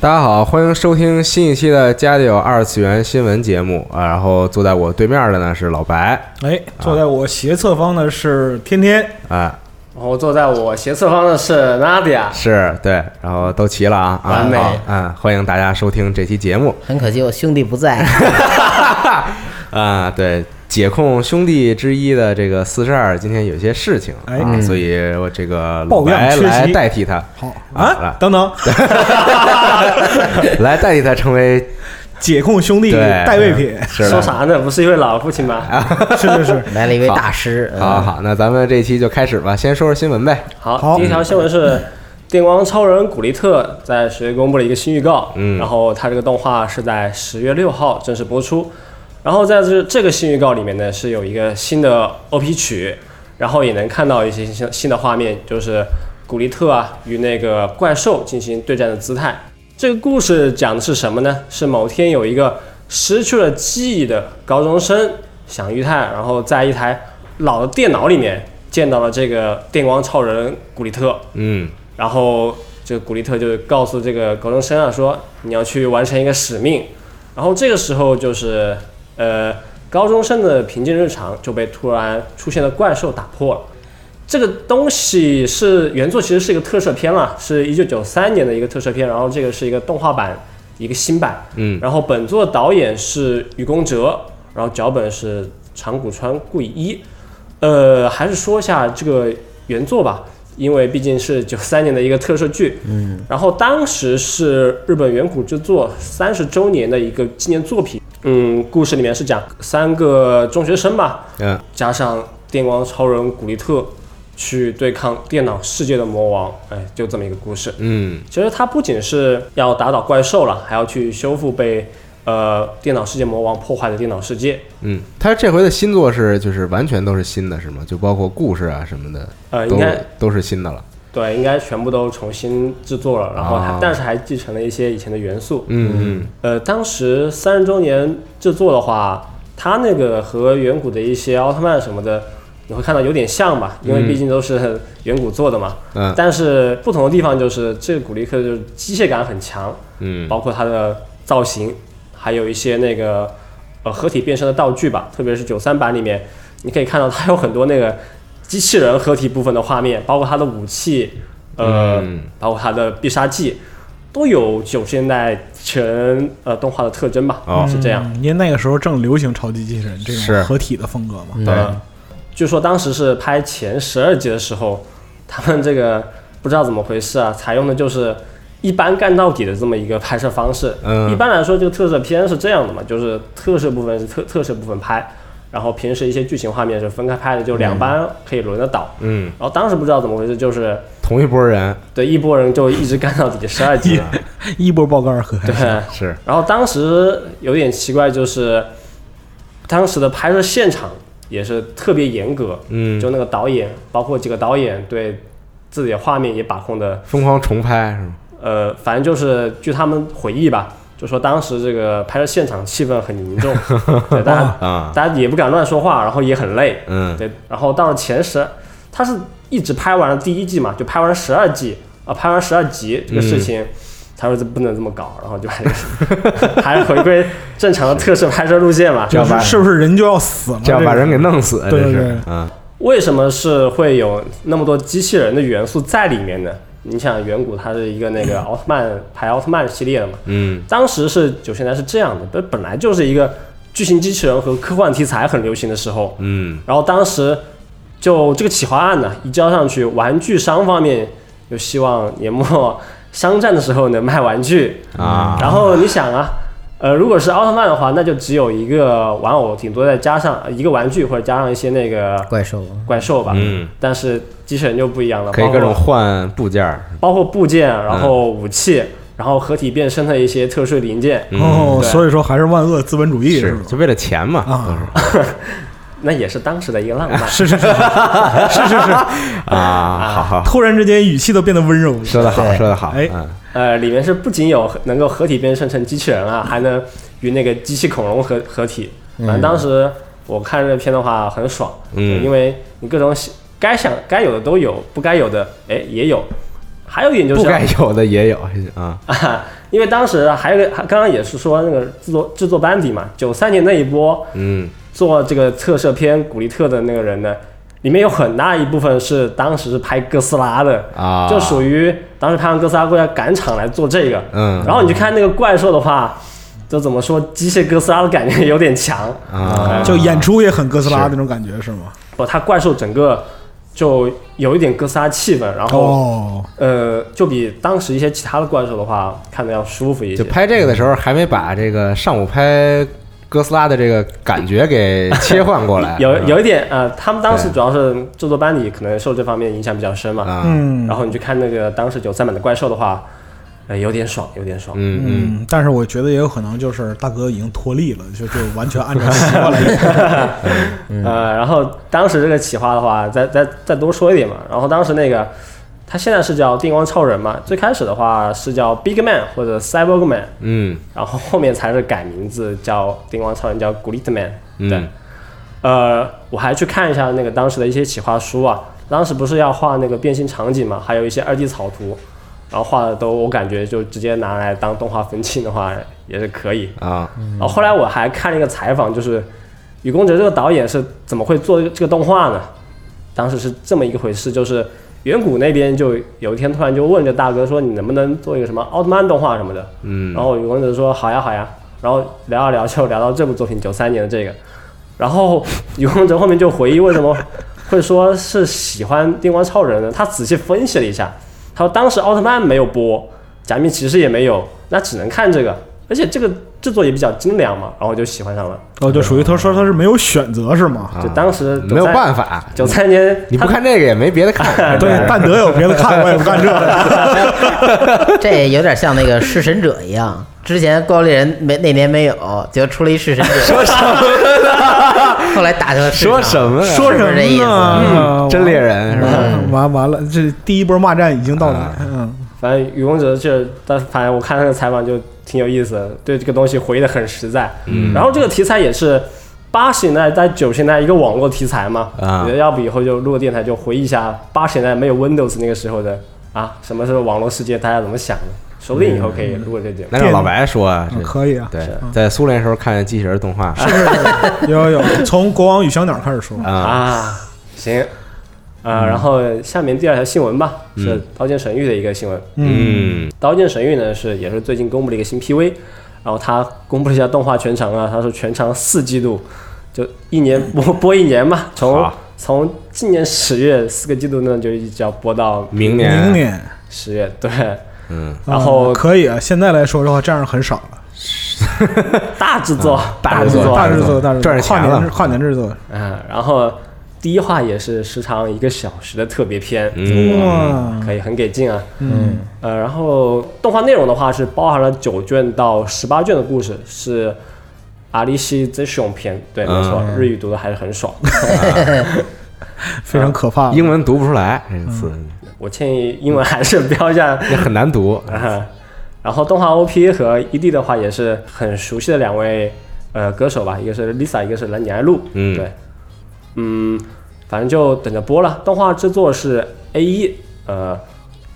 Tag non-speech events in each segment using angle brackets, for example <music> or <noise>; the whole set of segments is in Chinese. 大家好，欢迎收听新一期的《家里有二次元新闻》节目啊。然后坐在我对面的呢是老白，哎，坐在我斜侧方的是天天，哎，我坐在我斜侧方的是 Nadia，是对，然后都齐了啊，啊哎完美好嗯，欢迎大家收听这期节目很可惜我兄弟不 <laughs> 在，啊。对，解控兄弟之一的这个四十二今天有些事情，哎啊，所以我这个老抱怨白缺席来代替他，好啊啊，等等， <laughs> 来代替他成 <laughs> 为解控兄弟对代位品，是的说啥呢？不是一位老父亲吗？是是是，来了一位大师。嗯好好，好，那咱们这期就开始吧，先说说新闻呗。好，好第一条新闻是。电光超人古力特在十月公布了一个新预告，嗯然后他这个动画是在十月六号正式播出，然后在这这个新预告里面呢是有一个新的 OP 曲，然后也能看到一些新新的画面，就是古力特啊与那个怪兽进行对战的姿态。这个故事讲的是什么呢？是某天有一个失去了记忆的高中生想裕太，然后在一台老的电脑里面见到了这个电光超人古力特，嗯，然后这个古力特就告诉这个高中生啊说你要去完成一个使命，然后这个时候就是呃高中生的平静日常就被突然出现的怪兽打破了。这个东西是原作其实是一个特摄片啦，是一九九三年的一个特摄片，然后这个是一个动画版，一个新版，嗯然后本作导演是于公哲，然后脚本是长谷川顾一，呃，还是说一下这个原作吧，因为毕竟是九三年的一个特摄剧，嗯，然后当时是日本远古之作三十周年的一个纪念作品，嗯，故事里面是讲三个中学生吧，嗯加上电光超人古力特去对抗电脑世界的魔王，哎，就这么一个故事。嗯其实它不仅是要打倒怪兽了，还要去修复被呃电脑世界魔王破坏的电脑世界。嗯，他这回的新作是就是完全都是新的，是吗？就包括故事啊什么的，呃都应该都是新的了。对，应该全部都重新制作了，然后还、啊但是还继承了一些以前的元素。嗯呃，当时三十周年制作的话，它那个和远古的一些奥特曼什么的，你会看到有点像吧，因为毕竟都是远古做的嘛。嗯但是不同的地方就是，这个古力克就是机械感很强，嗯包括它的造型，还有一些那个呃合体变身的道具吧，特别是九三版里面，你可以看到它有很多那个机器人合体部分的画面，包括它的武器，呃，嗯包括它的必杀技，都有九十年代机器人呃动画的特征吧，哦是这样。嗯，因为那个时候正流行超级机器人这是种合体的风格嘛，对呃，据说当时是拍前十二集的时候， <laughs> 他们这个不知道怎么回事啊，采用的就是一般干到底的这么一个拍摄方式。嗯一般来说，这个特摄片是这样的嘛，就是特摄部分是特特摄部分拍，然后平时一些剧情画面是分开拍的，就两班可以轮得倒。嗯，然后当时不知道怎么回事，就是同一波人对一波人就一直干到底十二集， <laughs> 一波爆肝和对。是然后当时有点奇怪，就是当时的拍摄现场也是特别严格，嗯就那个导演，包括几个导演对自己的画面也把控的，疯狂重拍是吗？呃，反正就是据他们回忆吧，就说当时这个拍摄现场气氛很凝 <laughs> 重，对，大家啊大家也不敢乱说话，然后也很累，嗯对，然后到了前十，他是一直拍完了第一季嘛，就拍完了十二季啊，拍完十二集这个事嗯情，他说这不能这么搞，然后就还是 <laughs> 还是回归正常的特摄拍摄路线嘛。就要把是是不是人就要死了？这要把个人给弄死，对这对是啊，为什么是会有那么多机器人的元素在里面呢？你想远古它是一个那个奥特曼排奥特曼系列的嘛，嗯当时是九十年代是这样的，本本来就是一个巨型机器人和科幻题材很流行的时候，嗯然后当时就这个企划案呢一交上去，玩具商方面就希望年末商战的时候能卖玩具。啊然后你想啊，呃，如果是奥特曼的话，那就只有一个玩偶，顶多再加上呃一个玩具或者加上一些那个怪兽，怪兽吧。嗯。但是机器人就不一样了，可以包括各种嗯换部件儿，包括部件，然后武器，然后合体变身的一些特殊零件。嗯哦，对所以说还是万恶资本主义是嗯吧？就为了钱嘛，都啊那也是当时的一个浪 <laughs> 漫。是是是啊是是是，是啊，好好，突然之间语气都变得温柔了。说得好，对说得好，哎嗯呃，里面是不仅有能够合体变身成机器人啊，还能与那个机器恐龙合合体。反正当时我看这个片的话很爽，嗯因为你各种喜该想该有的都有，不该有的哎也有。还有一点就是不该有的也有啊，啊，因为当时还有个，还刚刚也是说那个制作制作班底嘛，九三年那一波嗯，做这个特摄片古力特的那个人呢，里面有很大一部分是当时是拍哥斯拉的啊就属于当时拍完哥斯拉过来赶场来做这个，嗯然后你去看那个怪兽的话，就怎么说机械哥斯拉的感觉有点强，啊，就演出也很哥斯拉是那种感觉是吗？不，它怪兽整个就有一点哥斯拉气氛，然后、哦，呃，就比当时一些其他的怪兽的话看的要舒服一些，就。拍这个的时候还没把这个上午拍哥斯拉的这个感觉给切换过来 <laughs> 有有一点呃，他们当时嗯对主要是制作班底可能受这方面影响比较深嘛，啊，嗯然后你去看那个当时九三版的怪兽的话，呃，有点爽，有点爽。嗯嗯，嗯，但是我觉得也有可能就是大哥已经脱力了，就就完全 <laughs> 按照习惯来演。呃，然后当时这个企划的话，再再再多说一点嘛。然后当时那个，他现在是叫电光超人嘛，最开始的话是叫 Big Man 或者 Cyborg Man，嗯然后后面才是改名字叫电光超人，叫 Glit Man。嗯对，呃，我还去看一下那个当时的一些企划书啊，当时不是要画那个变形场景嘛，还有一些二 D 草图，然后画的都我感觉就直接拿来当动画分镜的话也是可以。啊，然后后来我还看了一个采访，就是雨宫哲这个导演是怎么会做这个这个动画呢？当时是这么一个回事，就是远古那边就有一天突然就问这大哥说：“你能不能做一个什么奥特曼动画什么的？”嗯然后宇光哲说：“好呀，好呀。”然后聊啊聊，就聊到这部作品九三年的这个。然后 <laughs> 宇光哲后面就回忆为什么会说是喜欢电光超人呢？他仔细分析了一下，他说当时奥特曼没有播，假面骑士也没有，那只能看这个，而且这个制作也比较精良嘛，然后就喜欢上了。哦，就属于他说他是没有选择是吗？啊就当时没有办法，九三年你他不看这个也没别的看，对，但得有别的看，我也不干这个。这有点像那个弑神者一样。之前怪物猎人没那年没有，结果出了一弑神者，说什么？后来打成了市场说什？么呀？嗯说什么是这意思呢？真猎人是吧？啊嗯，完完了，这第一波骂战已经到来。嗯，反正余光哲这，但反正我看他的采访就挺有意思的，对这个东西回的很实在。嗯，然后这个题材也是八十年代在九十年代一个网络题材嘛，啊我觉得要不以后就录个电台就回忆一下八十年代没有 Windows 那个时候的啊，什么是网络世界，大家怎么想的，说不定以后可以录个这节目。那让老白说啊，这可以啊，对，在苏联时候看机器人动画 <laughs> 有有有，从国王与小鸟开始说。啊，啊，行，啊，然后下面第二条新闻吧，是《刀剑神域》的一个新闻。嗯《刀剑神域》呢是也是最近公布了一个新 PV，然后他公布了一下动画全长啊，他说全长四季度，就一年播播一年嘛，从好从今年十月四个季度呢就一直要播到明年明年，十月，对，嗯，然后嗯可以啊。现在来说的话，这样很少了。大制作，嗯大大制制作作，大制作，大制赚作，着钱跨了年跨年制作。嗯，然后第一话也是时长一个小时的特别篇，嗯哇，可以很给劲啊，嗯，呃，然后动画内容的话是包含了九卷到十八卷的故事，是阿里西真雄篇，对，没错，日语读的还是很爽。 <laughs> 非常可怕。英文读不出来这个词，我建议英文还是标一下。也很难读。啊 <laughs> 然后动画 OP 和 ED 的话也是很熟悉的两位呃歌手吧，一个是 Lisa，一个是兰尼埃露。嗯对，嗯，反正就等着播了。动画制作是 A 一，呃，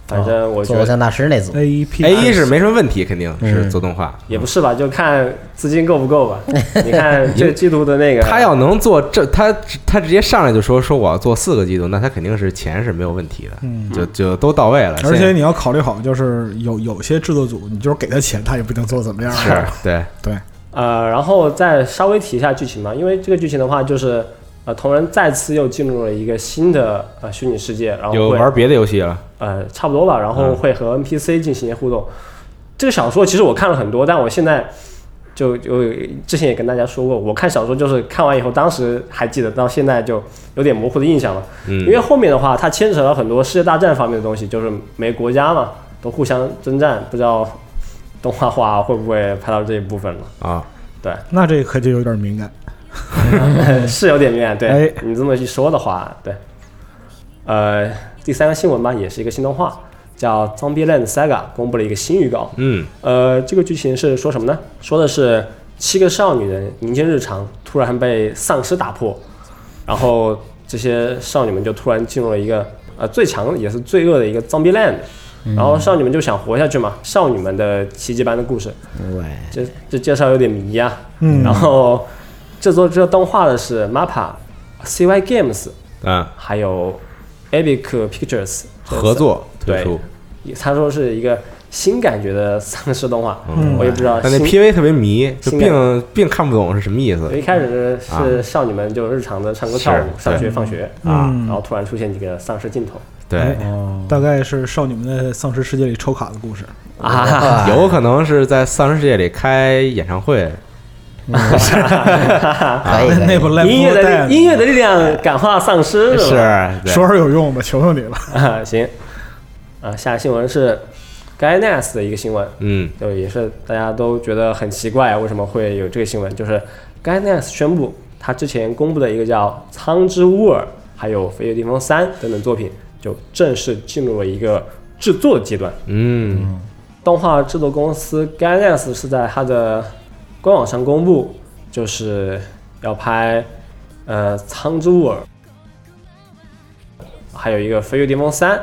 反正我觉做偶得像大师那组， A P A 一是没什么问题，肯定是做动画。也不是吧，就看资金够不够 <laughs> 吧。你看这季度的那个，他要能做这，他他直接上来就说说我要做四个季度，那他肯定是钱是没有问题的，就就都到位了。嗯而且现你要考虑好，就是有有些制作组，你就是给他钱，他也不一定做怎么样。啊在 <laughs> 是对，对，呃，然后再稍微提一下剧情嘛，因为这个剧情的话就是呃，同人再次又进入了一个新的呃虚拟世界，然后有会玩别的游戏了，呃，差不多吧，然后会和 NPC 进行一些互动。这个小说其实我看了很多，但我现在就就之前也跟大家说过，我看小说就是看完以后，当时还记得，到现在就有点模糊的印象了。嗯因为后面的话，它牵扯到很多世界大战方面的东西，就是每个国家嘛都互相征战，不知道动画化会不会拍到这一部分了。啊，对，那这可就有点敏感。是有点敏感，对、哎你这么一说的话，对。呃，第三个新闻吧，也是一个新动画，叫《Zombieland Saga》，公布了一个新预告。嗯呃，这个剧情是说什么呢？说的是七个少女人迎接日常，突然被丧尸打破，然后这些少女们就突然进入了一个呃最强也是最恶的一个 Zombieland。嗯然后少女们就想活下去嘛，少女们的奇迹般的故事，对，这这介绍有点迷啊。嗯，然后制作这动画的是 MAPPA、CY Games，嗯，还有 Epic Pictures 合作推对出，，也他说是一个新感觉的丧尸动画，嗯我也不知道但那呃新。 PV 特别迷，就新并并看不懂是什么意思我。一开始啊是少女们就日常的唱歌跳舞、是上对学放学啊然后突然出现几个丧尸镜头对，哎大概是少女们在丧尸世界里抽卡的故事。啊， <laughs> 哇有可能是在丧尸世界里开演唱会，啊可以，那部可以 Live 音乐 More 的 Dead 音乐的力量感化丧尸是吧对说说有用吧，求求你了。 <laughs> 啊，行啊，下个新闻是 Gainax 的一个新闻，嗯就也是大家都觉得很奇怪，啊为什么会有这个新闻？就是 Gainax 宣布，他之前公布的一个叫《苍之乌尔》还有《飞越地方三》等等作品，就正式进入了一个制作阶段。嗯动画制作公司 Gainax 是在它的官网上公布，就是要拍呃《苍之乌尔》，还有一个《飞越巅峰三》，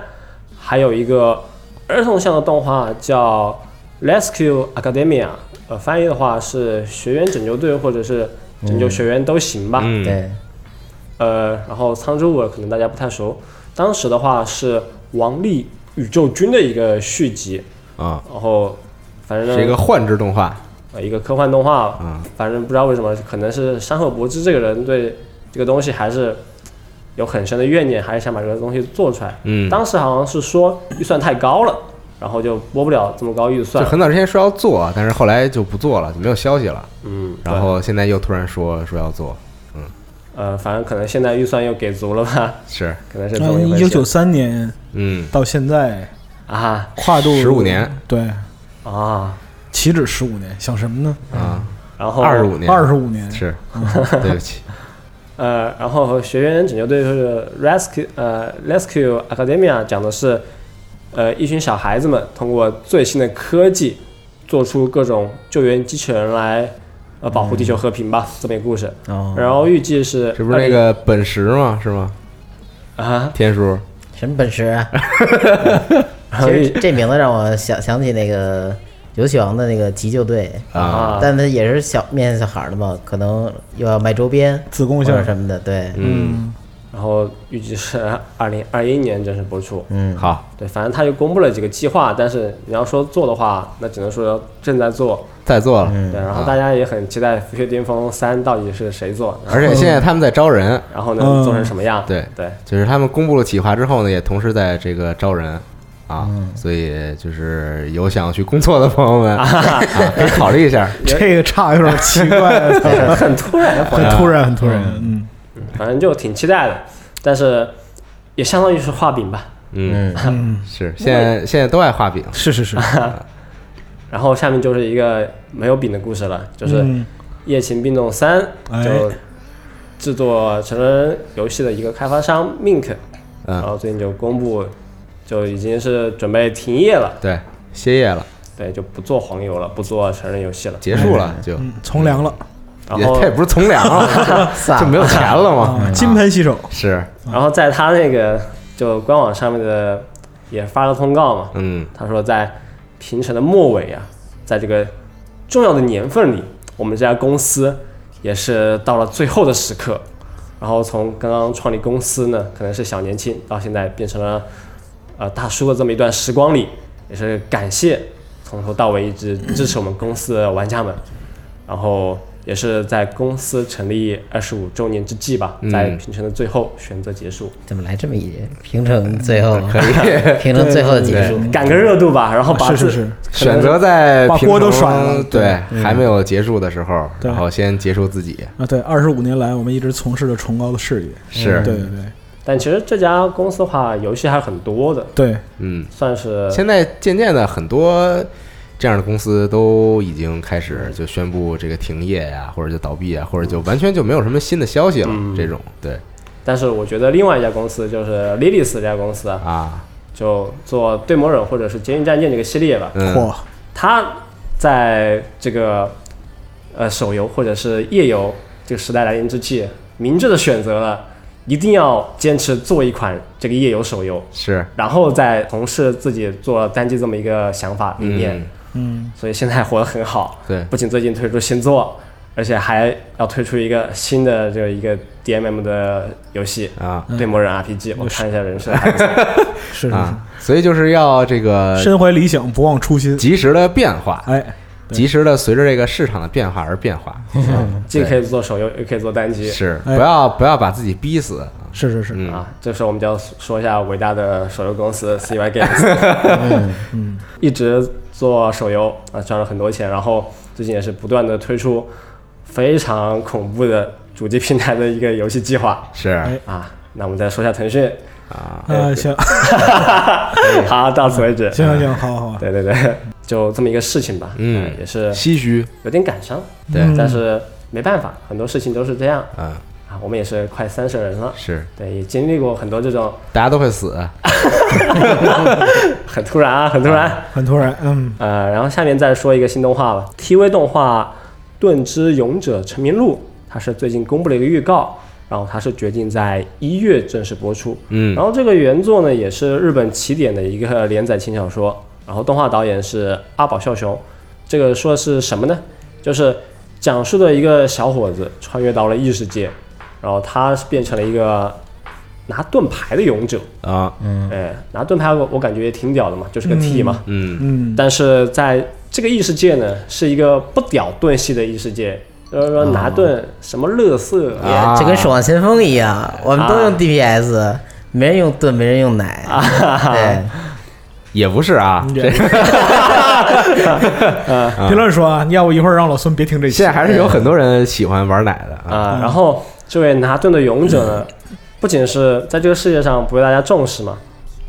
还有一个儿童向的动画叫《Rescue Academia》，呃，翻译的话是“学员拯救队”或者是“拯救学员”都行吧。嗯，对，呃，然后苍之舞可能大家不太熟，当时的话是王力宇宙军的一个续集，嗯啊，然后反正是一个幻之动画，呃一个科幻动画，嗯反正不知道为什么，可能是山口博之这个人对这个东西还是有很深的怨念，还是想把这个东西做出来。嗯，当时好像是说预算太高了，然后就播不了这么高预就算。很早之前说要做，但是后来就不做了，就没有消息了。嗯，对然后现在又突然说说要做，呃，反正可能现在预算又给足了吧，是，可能是这么一从回一事九九三年嗯，到现在，啊跨度15年，对，啊，岂止十五年？想什么呢？啊，然后二十五年，二十五年，是，对不起，呃，然后学员拯救队是 Rescue 呃 Rescue Academia 讲的是，呃，一群小孩子们通过最新的科技，做出各种救援机器人来，呃，保护地球和平吧，这么一个故事。哦，然后预计是嗯这不是那个本石吗？是吗？ 20啊，天叔，什么本事 <laughs> 啊？然后其实预这名字让我想想起那个游戏王的那个急救队啊但他也是小面向小孩儿的嘛，可能又要卖周边、子宫或线者儿什么的，对，嗯，然后预计是二零二一年正式播出。嗯，好，对，反正他就公布了几个计划，但是你要说做的话，那只能说正在做。再做了，对，然后大家也很期待《飞雪巅峰三》到底是谁做，而且现在他们在招人，然后能嗯做成什么样？对对。就是他们公布了企划之后呢，也同时在这个招人。啊，所以就是有想去工作的朋友们，啊可以考虑一下。这个差有点奇怪，啊很突然，很突然，很突然。嗯，反正就挺期待的，但是也相当于是画饼吧。嗯，是现在现在都爱画饼，是是是，然后下面就是一个没有饼的故事了，就是《嗯夜勤病动三》哎就制作成人游戏的一个开发商 Mink，嗯然后最近就公布，就已经是准备停业了，对，歇业了，对，就不做黄油了，不做成人游戏了。结束了就，嗯从良了，然也后他也不是从良了，算就了没有钱了嘛啊，金盆洗手。是，然后在他那个就官网上面的也发了通告嘛，嗯他说在平成的末尾啊，在这个重要的年份里，我们这家公司也是到了最后的时刻。然后从刚刚创立公司呢，可能是小年轻，到现在变成了呃大叔的这么一段时光里，也是感谢从头到尾一直支持我们公司的玩家们。然后也是在公司成立二十五周年之际吧，在嗯平成的最后选择结束。怎么来这么一句？平成最后嗯可以， <laughs> 平成最后的结束，赶个热度吧，然后哦把是是自是可选能择在把平锅都成甩了对对，还没有结束的时候，对然后先结束自己，啊，对，二十五年来我们一直从事着崇高的事业。是对对对但其实这家公司的话，游戏还是很多的，对，嗯，算是现在渐渐的很多。这样的公司都已经开始就宣布这个停业呀、或者就倒闭啊，或者就完全就没有什么新的消息了。嗯这种对但是我觉得另外一家公司就是 Lilis 这家公司，嗯啊，啊，就做《对魔忍》或者是《监狱战舰》这个系列吧，嗯，嚯，它在这个呃手游或者是页游这个时代来临之际，明智的选择了一定要坚持做一款这个页游手游，是，然后再从事自己做单机这么一个想法理念。嗯嗯，所以现在活得很好。对不仅最近推出新作，而且还要推出一个新的这个一个 DMM 的游戏啊嗯对魔人 RPG。我看一下人设还 <laughs> 不错，是是是，啊，呃所以就是要这个身怀理想，不忘初心。及时的变化，哎，对及时的随着这个市场的变化而变化，既可以做手游，又可以做单机。是不哎要不要把自己逼死，是是是，嗯啊，这时候我们就要说一下伟大的手游 <laughs> 公司 CY Games，嗯，一直做手游啊，赚了很多钱，然后最近也是不断的推出非常恐怖的主机平台的一个游戏计划是哎啊。那我们再说一下 <laughs> 腾讯，啊，呃，行好，到此为止。 <laughs> 行行啊行，好好好，对对对，啊 <laughs> 就这么一个事情吧。嗯呃也是唏嘘，有点感伤，对嗯但是没办法，很多事情都是这样嗯，啊。我们也是快三十人了，是，对，也经历过很多这种大家都会死，很突然啊，很突然。很突然，嗯，呃，然后下面再说一个新动画吧，TV 动画《盾之勇者成名录》，它是最近公布了一个预告，然后它是决定在一月正式播出。嗯然后这个原作呢，也是日本起点的一个连载轻小说，然后动画导演是阿宝孝雄。这个说的是什么呢？就是讲述的一个小伙子穿越到了异世界，然后他变成了一个拿盾牌的勇者。啊，嗯哎，拿盾牌我我感觉也挺屌的嘛，就是个 T 嘛。嗯嗯，但是在这个异世界呢，是一个不屌盾系的异世界，就是说拿盾、什么乐色啊这跟守望先锋一样，我们都用 DPS，没人用盾，没人用奶。啊对，也不是啊，嗯这别乱说啊，要不一会儿让老孙别听这期现在，还是有很多人喜欢玩奶的啊，啊、然后这位拿盾的勇者呢，不仅是在这个世界上不被大家重视嘛，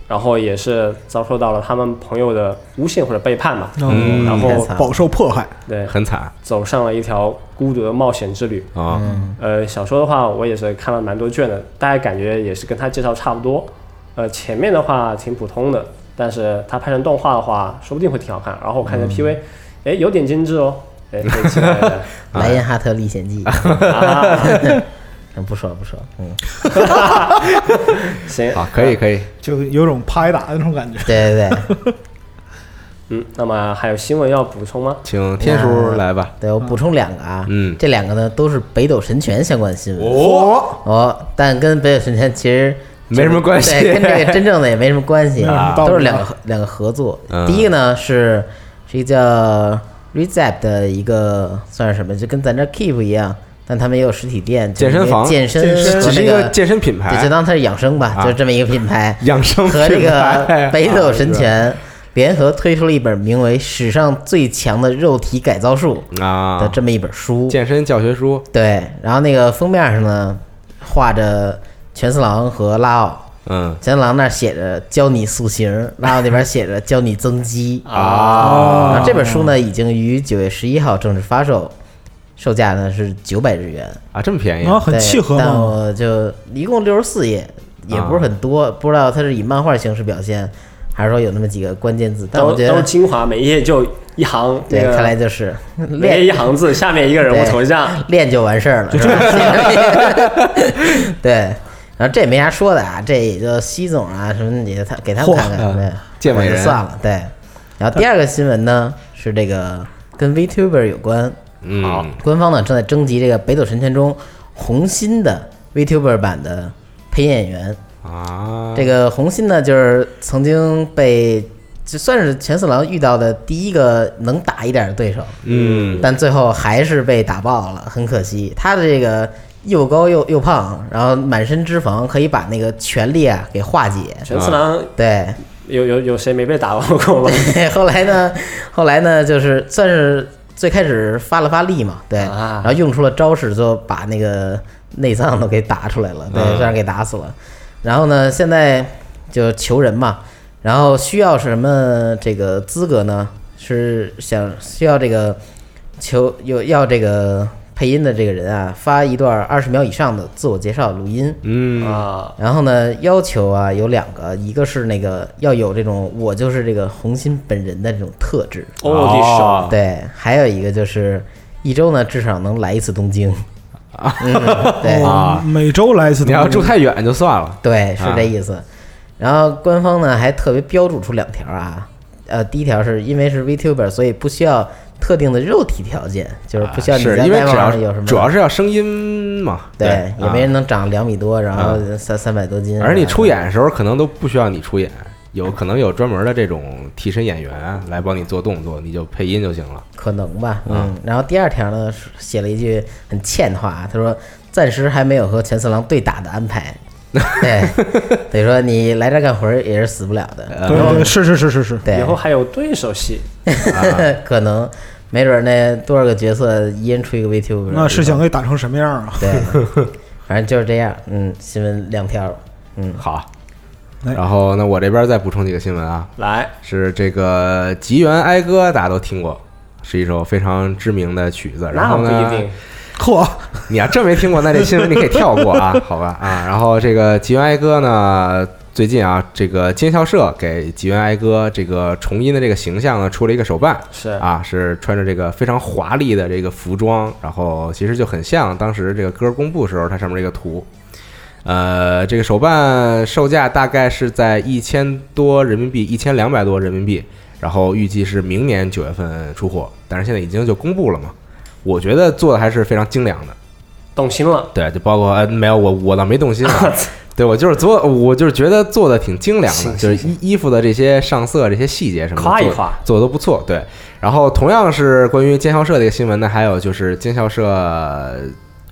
然后也是遭受到了他们朋友的诬陷或者背叛嘛，嗯，然太后惨了饱受迫害，对很惨走上了一条孤独的冒险之旅。啊，嗯呃，小说的话，我也是看了蛮多卷的，大概感觉也是跟他介绍差不多。呃，前面的话挺普通的，但是它拍成动画的话，说不定会挺好看。然后我看嗯这 PV，哎、有点精致哦，哎，可以期待一 <laughs> 下莱因哈特历险记，啊，不说了不说了， <laughs> 嗯，行，好，可以可以，就有种拍打的那种感觉。对对对，嗯，那么还有新闻要补充吗？请天叔来吧，对我补充两个啊，嗯这两个呢都是北斗神拳相关新闻。哦，哦，但跟北斗神拳其实没什么关系对，跟这个真正的也没什么关系，没有什么道理啊都是两个两个合作。嗯第一个呢是是一个叫 Rezap 的一个算是什么，就跟咱这 Keep 一样，但他们也有实体店，健身房健身健身和只是一那个健身品对就牌，当它是养生吧，啊就这么一个品牌。养生和这品个牌啊北斗神拳联合推出了一本名为《史上最强的肉体改造术》的啊，这么一本书。健身教学书，对，然后那个封面上呢，画着全四郎和拉奥。嗯全四郎那儿写着教你塑形，拉奥那边写着教你增肌哦啊然后这本书呢，已经于九月十一号正式发售，售价呢是九百日元，啊，这么便宜啊，很对契合但嘛，我就一共六十四页，也不是很多，不知道它是以漫画形式表现，还是说有 <laughs> 那么几个关键字。但我都觉都是得，精华，每一页就一行，对，那个看来就是每页一行字，下面一个人物对头像， <laughs> 练就完事儿了，是吧？ <laughs> 对。然后这也没啥说的啊，这也就西总啊什么，也他给他们嚯看看，对，健美那就人算了，对。然后第二个新闻呢是这个跟 VTuber 有关，嗯，官方呢正在征集这个《北斗神拳》中红心的 VTuber 版的配音演员。啊，这个红心呢，就是曾经被就算是全四郎遇到的第一个能打一点的对手，嗯但最后还是被打爆了，很可惜。他的这个又高又又胖，然后满身脂肪，可以把那个权力啊给化解。全次郎对， <laughs> 有有有谁没被打过吗？后来呢，后来呢，就是算是最开始发了发力嘛， <laughs> 对，啊然后用出了招式，就把那个内脏都给打出来了，对，嗯这样给打死了。然后呢，现在就求人嘛，然后需要什么这个资格呢？是想需要这个求有要这个配音的这个人啊，发一段二十秒以上的自我介绍录音，嗯啊，然后呢，要求啊有两个，一个是那个要有这种我就是这个红心本人的这种特质，哦，哦弟兄，对，还有一个就是一周呢至少能来一次东京，嗯， <laughs> 对啊哦每周来一次。你要住太远就算了，对，是啊这意思。然后官方呢还特别标注出两条啊，呃，第一条是因为是 VTuber，所以不需要特定的肉体条件，就是不需要啊你是在因为外只貌上有什要么，主要是要声音嘛，对，也没人能长两米多，然后啊三三百多斤。而你出演的时候，可能都不需要你出演，有可能有专门的这种替身演员来帮你做动作，你就配音就行了。可能吧，嗯。然后第二条呢，是写了一句很欠的话，他说暂时还没有和全次郎对打的安 <laughs> 排。对，等于说你来这儿干活儿也是死不了 <laughs> 的。对呃对对，是是是是是，对，以后还有对手戏，啊 <laughs> 可能没准儿那多少个角色一人出一个 VTuber，那是想给打成什么样啊？对， <laughs> 反正就是这样。嗯，新闻两条，嗯，好，哎然后那我这边再补充几个新闻啊，来，是这个《吉原哀歌》，大家都听过，是一首非常知名的曲子。然那后不一呢，定。嚯，你要真没听过，那这新闻你可以跳过啊，好吧啊。然后这个《吉原哀歌》呢，最近啊，这个尖校社给《吉原哀歌》这个重音的这个形象呢，出了一个手办，是啊，是穿着这个非常华丽的这个服装，然后其实就很像当时这个歌公布时候它上面这个图。呃，这个手办售价大概是在一千多人民币，一千两百多人民币，然后预计是明年九月份出货，但是现在已经就公布了嘛，我觉得做的还是非常精良的。动心了，对，就包括呃没有我我倒没动心 <laughs> 啊，对我就是做我就是觉得做的挺精良的，行就是衣衣服的这些上色、这些细节什么的，夸一做夸做的都不错。对，然后同样是关于监校社的一个新闻呢，还有就是监校社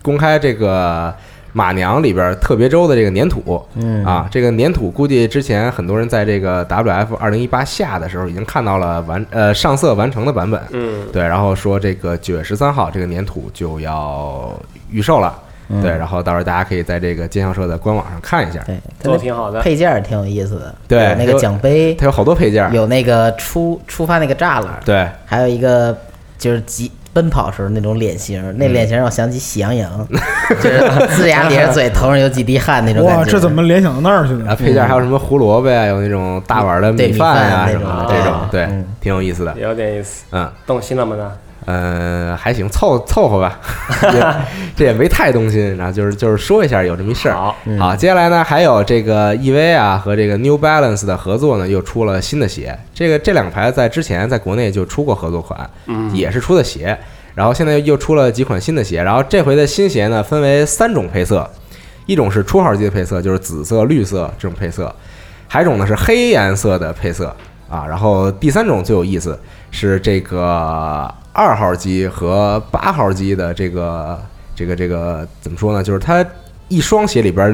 公开这个马娘里边儿特别周的这个粘土，嗯啊，这个粘土估计之前很多人在这个 WF 二零一八下的时候已经看到了完呃上色完成的版本，嗯，对，然后说这个九月十三号这个粘土就要预售了，对，然后到时候大家可以在这个建校社的官网上看一下，嗯对，它做的那挺好的，配件儿挺有意思的，对有那个有奖杯，它有好多配件儿，有那个出出发那个栅栏，对，还有一个就是急奔跑时候那种脸型，那嗯脸型让我想起喜 <laughs> 羊羊，就是龇牙咧着嘴，头上有几滴汗那种感哇，觉。这怎么联想到那儿去然了后？配件儿还有什么胡萝卜呀，有那种大碗的嗯对米饭呀饭啊什那么的种这种啊，对嗯，挺有意思的，有点意思。嗯动心了吗呢？呃，还行，凑凑合吧， <laughs> 也这也没太动心，然后就是就是说一下有这么一事儿。好，嗯好，接下来呢，还有这个 EVA 啊和这个 New Balance 的合作呢，又出了新的鞋。这个这两个牌子在之前在国内就出过合作款，嗯也是出的鞋。然后现在又出了几款新的鞋，然后这回的新鞋呢分为三种配色，一种是初号机的配色，就是紫色、绿色这种配色，还有一种呢是黑颜色的配色啊。然后第三种最有意思是这个二号机和八号机的这个这个这个怎么说呢？就是它一双鞋里边儿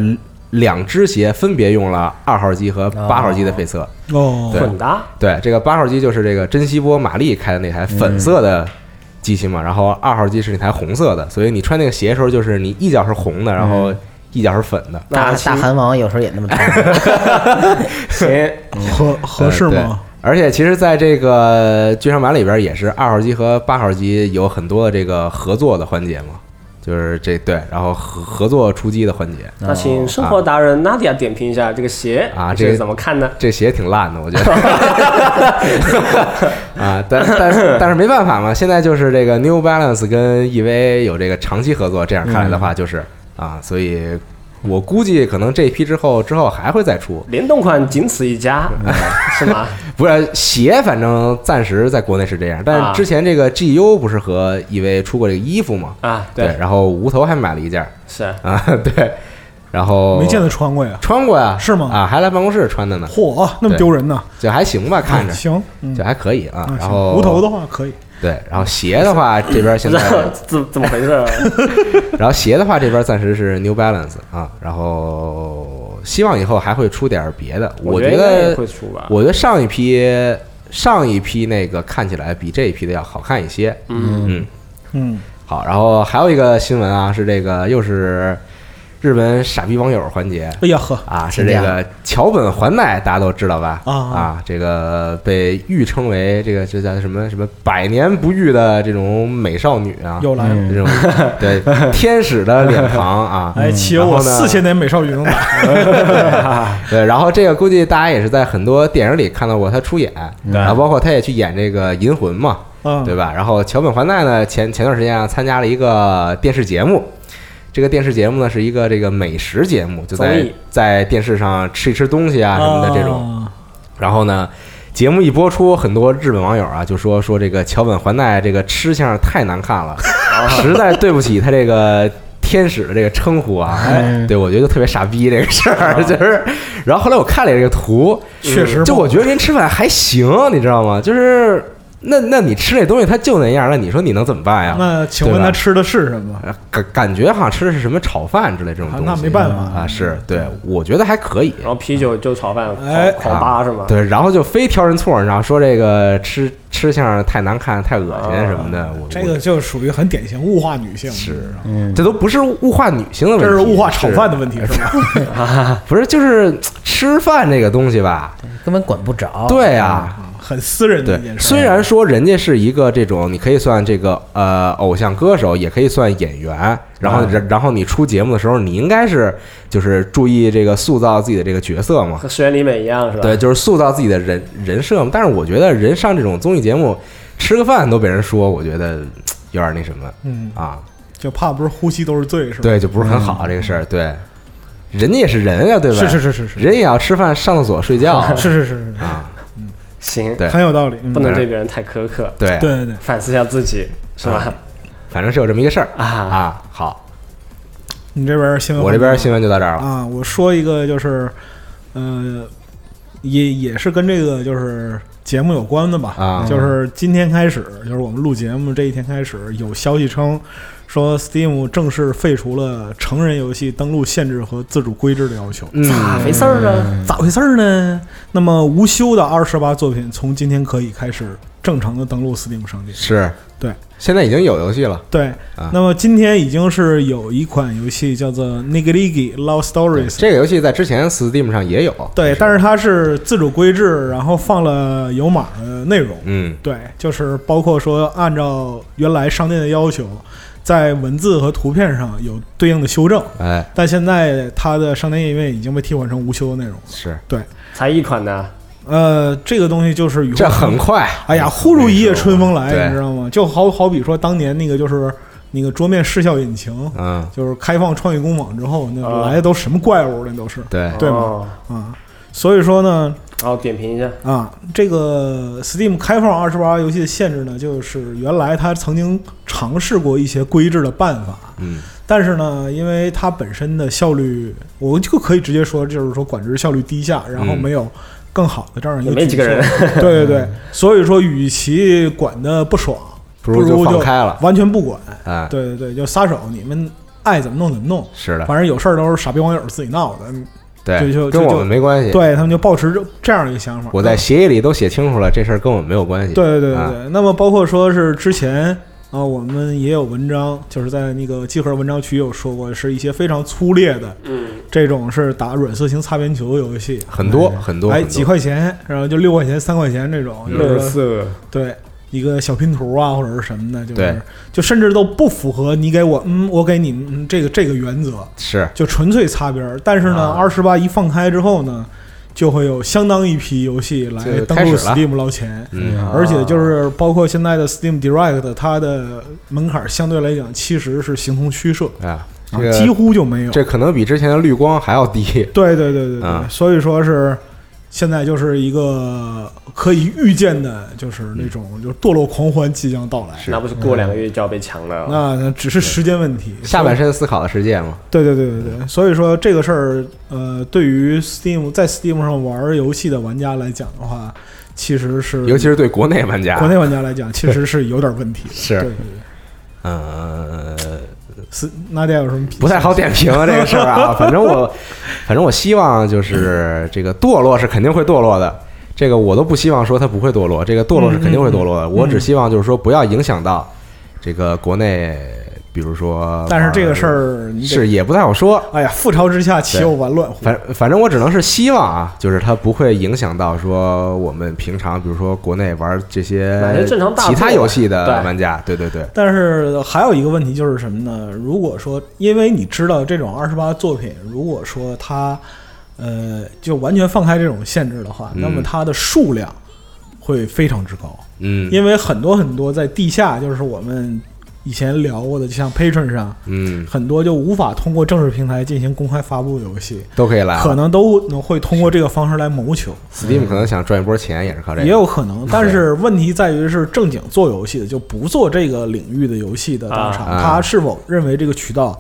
两只鞋分别用了二号机和八号机的配色。哦，对 <laughs> 混搭，对，这个八号机就是这个珍稀波玛丽开的那台粉色的机器嘛，然后二号机是那台红色的，所以你穿那个鞋的时候，就是你一脚是红的，然后一脚是粉的。大那大韩王有时候也 <laughs> 那么穿，行，合合适呃对吗？而且其实，在这个剧场版里边，也是二号机和八号机有很多的这个合作的环节嘛，就是这对，然后合合作出击的环节。那请生活达人 Nadia 点评一下这个鞋哦啊你这是个怎么看呢？这鞋挺烂的，我觉得。 <laughs> 啊，但但但是没办法嘛，现在就是这个 New Balance 跟 EVA 有这个长期合作，这样看来的嗯话就是、啊，所以我估计可能这一批之后之后还会再出，联动款仅此一家，嗯是吗？ <laughs> 不是鞋，反正暂时在国内是这样，啊但是之前这个 GU 不是和 EVA 出过这个衣服嘛？啊，对，对，然后无头还买了一件儿是啊， <laughs> 对，然后没见他穿过呀。穿过呀，是吗啊，还来办公室穿的呢，嚯，啊那么丢人呢？就还行吧，看着哎。行，嗯就还可以啊啊，然行后无头的话可以，对，然后鞋的话这边不现 <laughs> 知在，道怎怎么回事儿，啊然后鞋的话这边暂时是 New Balance 啊，然后希望以后还会出点儿别的。 <laughs> 我觉觉应该也得会，出吧。我觉得上一批上一批那个看起来比这一批的要好看一些。嗯，嗯，好，然后还有一个新闻啊，是这个又是日本傻逼网友环节。哎呀呵，啊，是这请个桥本环奈，大家都知道吧？啊啊啊，这个被誉称为这个这叫什么什么百年不遇的这种美少女啊，又来了。这种 <laughs> 对天使的脸庞啊，哎，岂有然后我呢四千年美少女 <laughs> 能打？对，然后这个估计大家也是在很多电影里看到过她出演，然后啊包括她也去演这个《银魂》嘛，嗯，啊对吧？然后桥本环奈呢，前前段时间啊参加了一个电视节目，这个电视节目呢是一个这个美食节目，就在综艺在电视上吃一吃东西啊什么的这种。啊然后呢，节目一播出，很多日本网友啊就说说这个桥本环奈这个吃相太难看 <laughs> 了，实在对不起他这个天使的这个称呼啊。嗯对，我觉得就特别傻逼这个事儿，就是。然后后来我看了这个图，确实不好，就我觉得人吃饭还行，你知道吗？就是那那你吃那东西它就那样，那你说你能怎么办呀？那请问对吧他吃的是什么？呃感感觉好像吃的是什么炒饭之类这种啊东西，那没办法啊，是对，我觉得还可以。啊然后啤酒就炒饭哎狂狂扒是吗？对，然后就非挑人错，然后说这个吃吃相太难看、太恶心什么的，我啊这个就属于很典型物化女性，是，嗯我，这都不是物化女性的问题，这是物化炒饭的问题是吧？是，不是就是吃饭这个东西吧？嗯根本管不着。对呀，啊 <laughs> 很私人的对一，件事。虽然说人家是一个这种，你可以算这个呃偶像歌手，也可以算演员，然啊后然然后你出节目的时候，你应该是就是注意这个塑造自己的这个角色嘛，和石原里美一样是吧？对，，就是塑造自己的人人设嘛。但是我觉得人上这种综艺节目吃个饭都被人说，我觉得嘖有点那什么嗯，啊，就怕不是呼吸都是罪是吧？嗯对，就不是很好、这个事儿。对，人家也是人呀，对吧？是是是是是人也要吃饭、上厕所、睡觉是是是是啊，行，对是，很有道理。嗯不能对别人太苛刻，对，对对对，反思一下自己是吧？反正是有这么一个事儿啊，啊。好，你这边新闻我这边环节新闻就到这儿了。啊，我说一个就是，呃，也也是跟这个就是节目有关的吧，啊就是今天开始，就是我们录节目这一天开始，有消息称说 Steam 正式废除了成人游戏登录限制和自主规制的要求。嗯，没事儿啊，咋回事儿呢？那么无休的二十八作品从今天可以开始正常的登录 Steam 商店。是对，现在已经有游戏了。对，啊那么今天已经是有一款游戏叫做《Nigeligi Love Stories》，这个游戏在之前 Steam 上也有。对，但是它是自主规制，然后放了有码的内容。嗯对，就是包括说按照原来商店的要求，在文字和图片上有对应的修正，哎但现在它的商店页面已经被替换成无修的内容了。是，才一款呢，呃，这个东西就是与这很快。哎呀，忽如一夜春风来，对你知道吗？就好好比说当年那个就是那个桌面视效引擎，嗯，就是开放创意工坊之后，那啊来的都什么怪物儿，那都是对，对吗哦啊。所以说呢，然后点评一下，啊，这个 Steam 开放二十八游戏的限制呢，就是原来它曾经尝试过一些规制的办法，嗯但是呢，因为它本身的效率，我就可以直接说，就是说管制效率低下，然后嗯没有更好的这样一也个没几个人嗯举措，对 <laughs> 对对，所以说与其管的不爽，不如如就就放开了。完全不嗯管，啊，对对对，就撒手，你们爱怎么弄怎么弄，是嗯的，反正有事儿都是傻逼网友自己闹的，对就就，跟就我们没关系。对他们就抱持这这样一个想法。我在协议里都写清楚了，这事儿跟我们没有关系。对对对啊对对，那么包括说是之前啊，我们也有文章，就是在那个集合文章区有说过，是一些非常粗劣的嗯，这种是打软色情擦边球游戏，很多很多哎，很几多。块钱，然后就六块钱、三块钱这种，就乐是色，对一个小拼图啊，或者是什么的，就对是就甚至都不符合你给我嗯，我给你嗯这个这个原则，是，就纯粹擦边儿。但是呢，啊二十八一放开之后呢，就会有相当一批游戏来就登开录始了 Steam 捞钱。嗯，啊而且就是包括现在的 Steam Direct，它的门槛相对来讲其实是形同虚设，啊，这啊，几个乎就没有。这可能比之前的绿光还要低。对对对对对，啊所以说是现在就是一个可以预见的，就是那种就是堕落狂欢即将到来。是那不是过两个月就要被抢了？那那只是时间问题。下半身思考的世界嘛，对对对对对，所以说这个事儿，呃，对于 Steam 在 Steam 上玩游戏的玩家来讲的话，其实是尤其是对国内玩家。。国内玩家来讲，其实是有点问题是对对对，嗯，斯那得有什么比不太好点评啊这个事儿啊。反正我，反正我希望就是这个堕落是肯定会堕落的。这个我都不希望说它不会堕落，这个堕落是肯定会堕落的。我只希望就是说不要影响到这个国内，比如说，呃但是这个事儿你得是也不太好说。哎呀，覆巢之下岂有完卵乎？反反正我只能是希望啊，就是它不会影响到说我们平常，比如说国内玩这些买些正常大作其他游戏的对玩家，对对对，但是还有一个问题就是什么呢？如果说，因为你知道这种二十八作品，如果说它，呃，就完全放开这种限制的话，嗯那么它的数量会非常之高，嗯，因为很多很多在地下，就是我们以前聊过的，就像 Patron 上嗯，很多就无法通过正式平台进行公开发布的游戏，都可以来可了。能都能会通过这个方式来谋求， Steam 可能想赚一波钱，也是啊靠这也个。有可能。但是问题在于是正经做游戏的，就不做这个领域的游戏的大厂，啊他是否认为这个渠道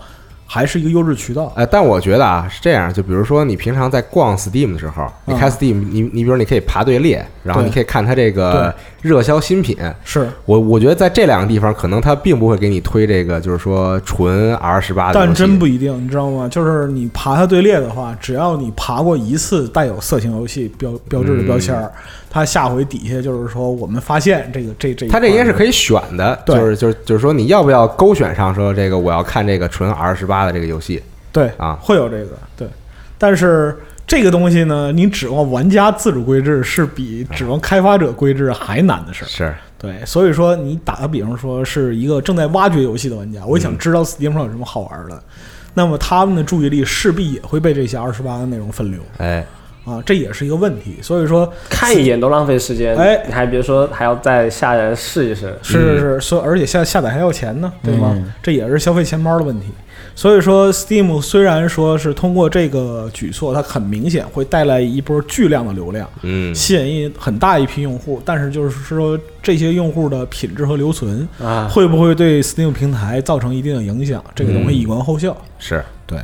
还是一个优质渠道？呃，但我觉得啊是这样，就比如说你平常在逛 Steam 的时候，你开嗯 Steam，你你比如你可以爬队列，然后对你可以看它这个热销新品。是，我我觉得在这两个地方，可能它并不会给你推这个，就是说纯 R 十八的游戏。但真不一定，你知道吗？就是你爬它队列的话，只要你爬过一次带有色情游戏标标志的标签嗯儿，它下回底下就是说我们发现这个这这一它这应该是可以以选的，对就是就是就是说你要不要勾选上说这个我要看这个纯 R 十八的这个游戏对啊？会有这个对，但是这个东西呢，你指望玩家自主规制是比指望开发者规制还难的事儿。是，对，所以说你打个比方说，是一个正在挖掘游戏的玩家，我也想知道 Steam 上有什么好玩的，那么他们的注意力势必也会被这些二十八的内容分流哎，啊，这也是一个问题。所以说，看一眼都浪费时间，哎你还别说还要再下来试一试，是是是，所以而且下下载还要钱呢，对吗？嗯这也是消费钱包的问题。所以说，Steam 虽然说是通过这个举措，它很明显会带来一波巨量的流量，嗯，吸引一很大一批用户，但是就是说这些用户的品质和留存啊，会不会对 Steam 平台造成一定的影响，这个东西嗯以观后效。是对，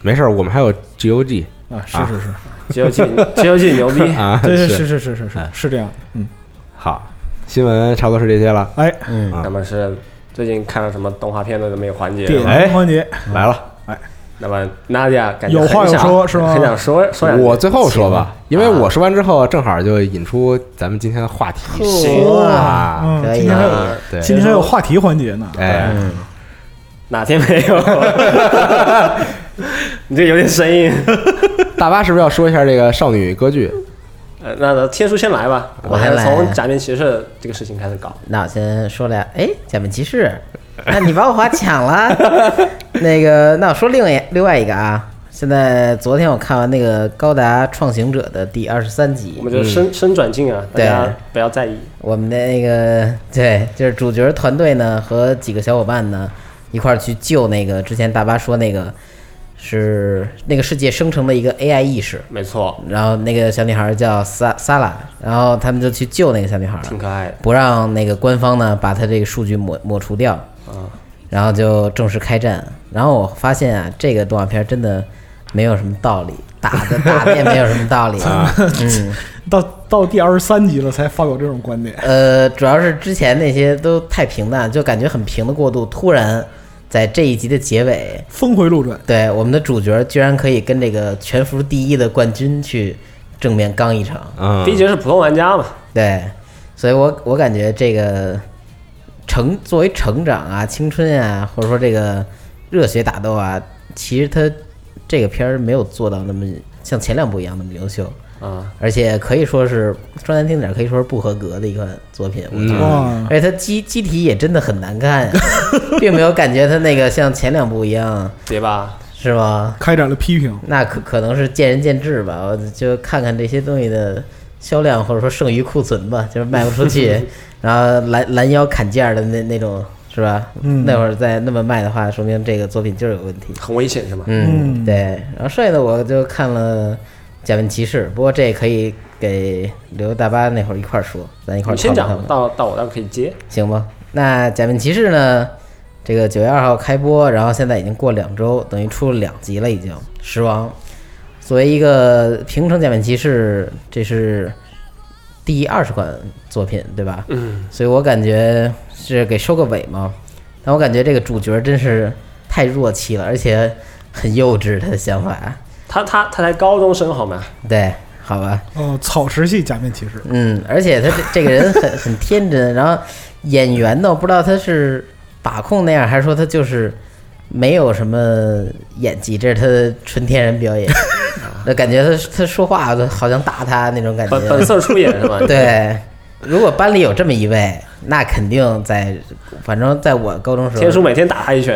没事儿，我们还有 GOG 啊，是啊是是，只有几 <laughs> 只有几牛逼，啊， <laughs> 对对是是是是是哎是这样的，嗯，好，新闻差不多是这些了，哎，嗯，那么是最近看了什么动画片的这么一个环节点吗？哎评环节来了，那么娜姐感觉有话很要想说是吗很想说说两句。我最后说吧，因为啊我说完之后正好就引出咱们今天的话题行啊嗯，可今以天还有啊对，今天还有话题环节呢，哎，哪天没 <laughs> 有？你这有点生硬。大巴是不是要说一下这个少女歌剧？呃，那那天叔先来吧，我我还先是来从假面骑士这个事情开始搞。那我先说俩，哎，假面骑士，那你把我话 <laughs> 抢了。那个，那我说另一另外一个啊，现在昨天我看完那个《高达创行者》的第二十三集我，们嗯就深深转进啊，大嗯对家不要在意。我们的那个 <laughs> 对，就是主角团队呢和几个小伙伴呢一块儿去救那个之前大巴说那个是那个世界生成的一个 AI 意识，没错，然后那个小女孩叫萨萨拉，然后他们就去救那个小女孩了，挺可爱的。不让那个官方呢把她这个数据抹抹除掉，啊，然后就正式开战。然后我发现啊，这个动画片真的没有什么道理，打的打的也没有什么道理。嗯，到到第二十三集了才发表这种观点，呃，主要是之前那些都太平淡，就感觉很平的过渡，突然在这一集的结尾，峰回路转，对我们的主角居然可以跟这个全服第一的冠军去正面刚一场，嗯第一，节是普通玩家嘛，对，所以我我感觉这个成作为成长啊、青春啊，或者说这个热血打斗啊，其实它这个片儿没有做到那么像前两部一样那么优秀，啊，而且可以说是说难听点儿，可以说是不合格的一款作品。我觉得，嗯哇，而且它机机体也真的很难看，并没有感觉它那个像前两部一样，对吧？是吗？开展了批评，那可可能是见仁见智吧，我就看看这些东西的销量或者说剩余库存吧，就是卖不出 <laughs> 去，然后拦拦腰砍价的那那种是吧？嗯那会儿再那么卖的话，说明这个作品就是有问题。很危险是吗？嗯对。然后剩下的我就看了《假面骑士》，不过这也可以给刘大巴那会儿一块儿说，咱一块儿你先讨讲论讨吧，论到到我那儿可以接。行吧？那《假面骑士》呢？这个九月二号开播，然后现在已经过两周，等于出了两集了，已经。狮王作为一个平成假面骑士，这是第二十款作品，对吧？嗯，所以我感觉是给收个尾嘛。但我感觉这个主角真是太弱气了，而且很幼稚，他的想法。他他他才高中生好吗？对，好吧，哦，草食系假面骑士，嗯，而且他这这个人很很天真，然后演员呢，我不知道他是把控那样，还是说他就是没有什么演技，这是他的纯天 <laughs> 然表演。那感觉他他说话都好像打他那种感本本 <laughs> 觉。色出演是吗？对，如果班里有这么一位，那肯定在，反正在我高中时天叔候，每天打他一拳，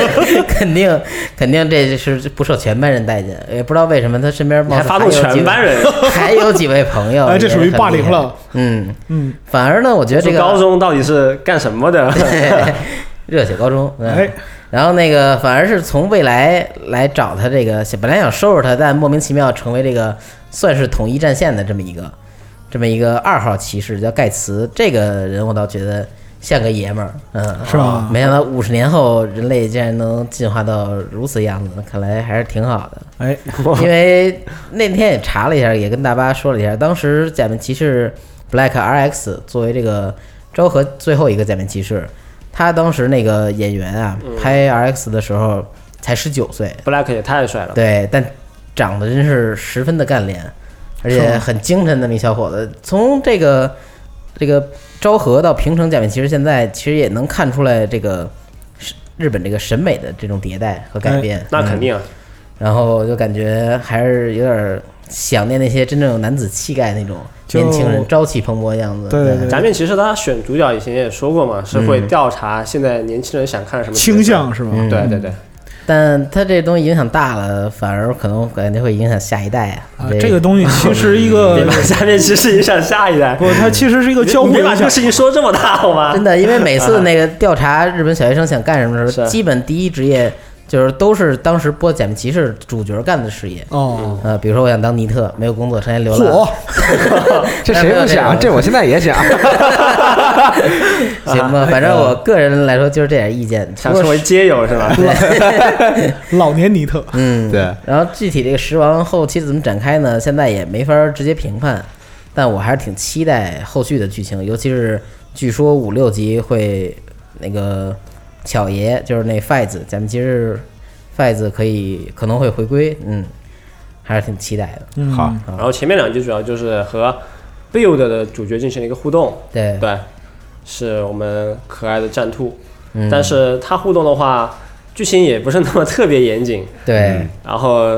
<laughs> 肯定肯定这是不受全班人待见，也不知道为什么他身边你貌还似发动有几全位班人。还有几位朋友， <laughs> 哎，这属于霸凌。了。嗯，嗯，反而呢，我觉得这说个高中到底是干什么的？热血高中，嗯哎，然后那个反而是从未来来找他这个，本来想收拾他，但莫名其妙成为这个算是统一战线的这么一个这么一个二号骑士，叫盖茨。这个人我倒觉得像个爷们儿，嗯，是吧没想到五十年后人类竟然能进化到如此样子，看来还是挺好的。哎， <laughs> 因为那天也查了一下，也跟大巴说了一下，当时假面骑士 Black RX 作为这个昭和最后一个假面骑士，他当时那个演员啊，拍 RX 的时候才十九岁， Black 也太帅了，对，但长得真是十分的干练，而且很精神的那么一小伙子。从这个这个昭和到平成假面骑士，现在其实也能看出来这个是日本这个审美的这种迭代和改哎变。那嗯肯定啊，然后就感觉还是有点儿想念那些真正有男子气概那种就年轻人朝气蓬勃的样子。对对对假面骑士他选主角以前也说过嗯嘛，是会调查现在年轻人想看什么角色倾。向是吧？嗯对对对，但他这东西影响大了，反而可能感觉会影响下一代啊啊，这个东西其实一个别把嗯假面骑士影响下一代。不，它其实是一个交互你别把影这个响。事情说这么大好吗？真的，因为每次那个调查日本小学生想干什么的时啊候，是基本第一职业就是都是当时播《假面骑士》主角干的事业。哦，呃，比如说我想当尼特，没有工作，成天流浪。火， <laughs> 这谁不想？这我现在也想。<laughs> 行吧，反正我个人来说就是这点意见。哎想成为街友是吧？ <laughs> 老年尼特，嗯，对。然后具体这个时王后期怎么展开呢？现在也没法直接评判，但我还是挺期待后续的剧情，尤其是据说五六集会那个巧爷，就是那 f i 子，咱们今日 f i 子可以可能会回归，嗯，还是挺期待的。嗯好然后前面两集主要就是和 Build 的主角进行了一个互动，对，对，是我们可爱的战兔，嗯、但是它互动的话，剧情也不是那么特别严谨，嗯对，然后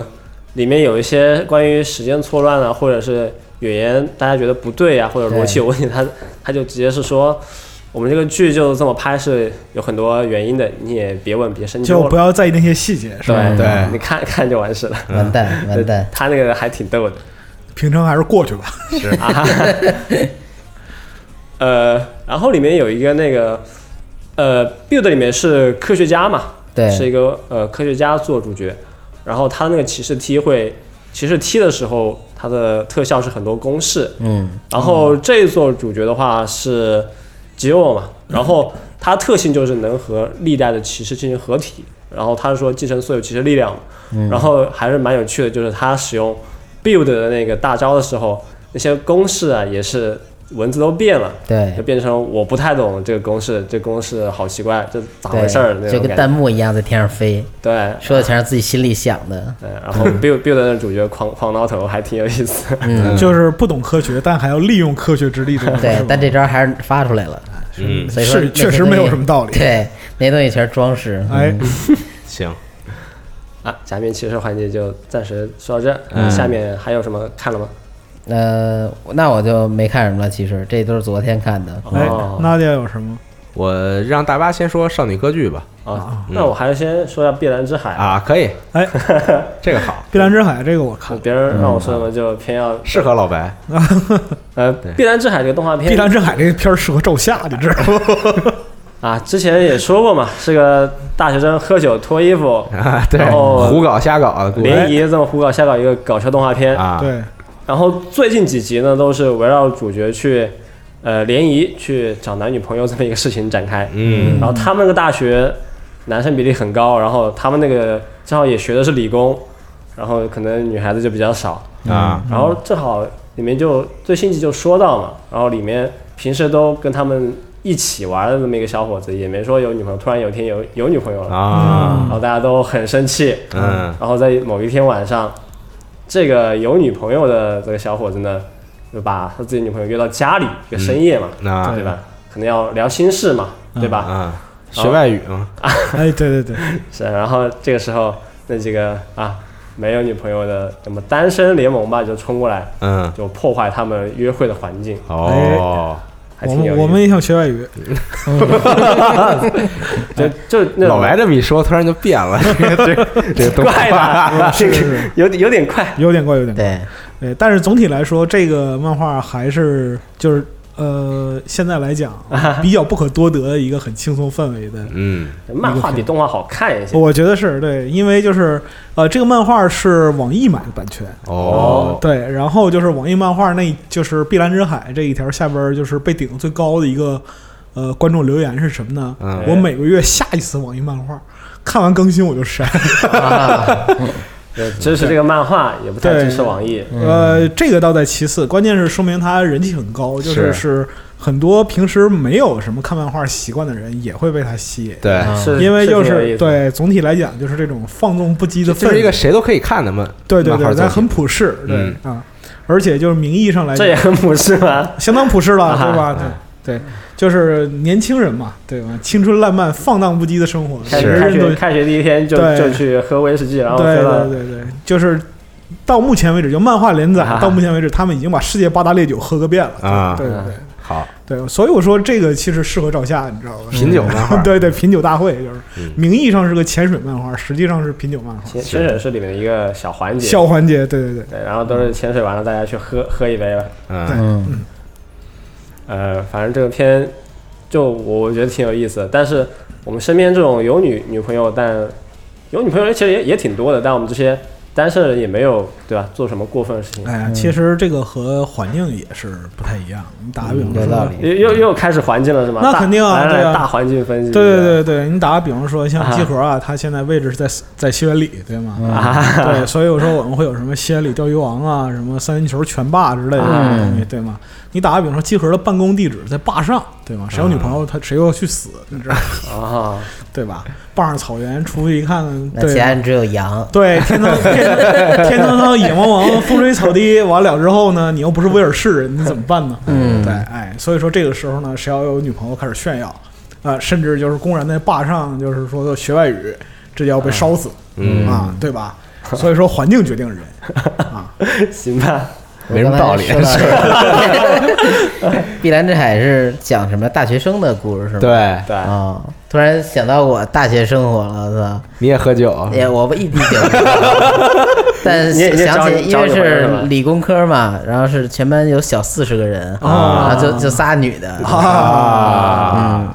里面有一些关于时间错乱啊，或者是语言大家觉得不对啊，或者逻辑有问题，他他就直接是说，我们这个剧就这么拍是有很多原因的，你也别问别深就究不了。要在意那些细节，是吧？对对嗯你看 <laughs> 看就完事了。完蛋完蛋，他那个还挺逗的。平常还是过去吧。啊，呃，然后里面有一个那个，呃，build 里面是科学家嘛，对是一个呃科学家做主角，然后他那个骑士 T 会，骑士 T 的时候，它的特效是很多公式，嗯，然后这一座主角的话是吉欧嘛，然后它特性就是能和历代的骑士进行合体，然后他说继承所有骑士力量嘛，嗯然后还是蛮有趣的，就是他使用 build 的那个大招的时候，那些公式啊也是文字都变了。对就。变成我不太懂这个公式，这公式好奇怪，这咋回对事儿那就种跟感觉。弹幕一样在天上飞，对，说的全是自己心里想的。嗯，然 <laughs> 后 build build 的那主角狂狂挠头还挺有意思。嗯 <laughs> 就是不懂科学，但还要利用科学之力这种。对嗯是吧，但这招还是发出来了。嗯，所以说是那些确实东西没有什么道理对，那些东西全是装饰。哎，嗯行，啊，假面骑士环节就暂时说到这儿，嗯下面还有什么看了吗？嗯，呃，那我就没看什么了，其实这都是昨天看的。哎哦，那家有什么？我让大巴先说少女歌剧吧。啊，那我还是先说一下《碧蓝之海》，啊，可以，哎，这个好，碧蓝之海这个我 <laughs> 看，别人让我说什么就偏要适合老白。呃，《碧蓝之海》这个动画碧片蓝之海这个片儿适合照相，你知道吗？啊，之前也说过嘛，是个大学生喝酒脱衣服，啊，对，然后胡搞瞎搞的故联事谊这么胡搞瞎搞一个搞笑动画片。啊，对，然后最近几集呢，都是围绕主角去呃联谊去找男女朋友这么一个事情展开。嗯，然后他们那个大学男生比例很高，然后他们那个正好也学的是理工，然后可能女孩子就比较少。啊，然后正好里面就最新集就说到嘛，然后里面平时都跟他们一起玩的这么一个小伙子，也没说有女朋友，突然有一天有有女朋友了，啊，然后大家都很生气，嗯然后在某一天晚上，这个有女朋友的这个小伙子呢，就把他自己女朋友约到家里一个深夜嘛，嗯那对吧？可能要聊心事嘛，对吧？啊，学外语嘛，哎，对对对，是，然后这个时候那几个啊没有女朋友的什么单身联盟吧，就冲过来嗯，就破坏他们约会的环境。哦， <laughs> 还我挺们有意思。我们也想学外语，就就那老白这么一说，突然就变 <laughs> 了，这个这个动画，怪吧，啊这个是是有有点快。有点怪，有点怪。对，对，但是总体来说，这个漫画还是就是呃，现在来讲啊比较不可多得的一个很轻松氛围的。 <laughs> 嗯，漫画比动画好看一些。我觉得是对，因为就是呃，这个漫画是网易买的版权，哦，对，然后就是网易漫画那就是《碧蓝之海》这一条下边儿就是被顶得最高的一个呃观众留言是什么呢？嗯我每个月下一次网易漫画，看完更新我就删。啊，对支持这个漫画，也不太对支持网易。嗯嗯呃，这个倒在其次，关键是说明他人气很高，就是是是很多平时没有什么看漫画习惯的人也会被他吸引。对，啊是嗯因为就是挺有意是思，对总体来讲，就是这种放纵不羁的氛这围，是一个谁都可以看的漫，对对漫画对，作但品很普世，对嗯啊，而且就是名义上来这也讲，很不是吗？相当普世了，啊对吧？对。对，就是年轻人嘛，对吧？青春烂漫、放荡不羁的生活，开每个学开人都学开学第一天就对就去喝威士忌，然后喝对对了对对，就是到目前为止，就漫画连载啊到目前为止，他们已经把世界八大烈酒喝个遍了啊对对对好，对，所以我说这个其实适合照下，你知道吧？品酒漫画 <laughs> 对对，品酒大会就是嗯名义上是个潜水漫画，实际上是品酒漫画潜潜水是里面的一个小环节。小环节。对对对，对，然后都是潜水完了，大家去喝喝一杯吧。嗯对嗯，呃，反正这个片就我觉得挺有意思的，但是我们身边这种有女女朋友但有女朋友其实也也挺多的，但我们这些单身人也没有对吧做什么过分的事情。哎呀，其实这这个和环境也是不太一样。你打个比方嗯有道说，理。又又又开始环境了是吗？那大肯定啊来来对啊大环境分析。对对吧对对，你打个比方说，像啊集合啊，它现在位置是在在西园里，对吗？啊，嗯 <laughs> 对，所以我说我们会有什么西安里钓鱼王啊，什么三元球拳霸之类的这嗯种东西，对吗？你打个比方说，集合的办公地址在坝上，对吗？谁有女朋友，他谁又要去死，你知道啊，对吧？坝上草原出去一看， <laughs> 那其他对人只有羊，对，天堂天堂天堂上野蛮王风吹草低，完了之后呢，你又不是威尔士人，你怎么办呢？嗯对，哎，所以说这个时候呢，谁要有女朋友开始炫耀，啊、甚至就是公然在坝上就是说学外语，这就要被烧死、嗯啊，对吧？所以说环境决定人啊。行吧，我没什么刚才道理说 <laughs> 到这儿碧蓝之海是讲什么大学生的故事是吗？对，对啊、，突然想到我大学生活了，我你也喝酒操，，也我一滴酒没有， <laughs> 但你也你也想找起你因找为你朋友是吧是理工科嘛，然后是全班有小四十个人，啊然后就就仨女的，哦嗯啊，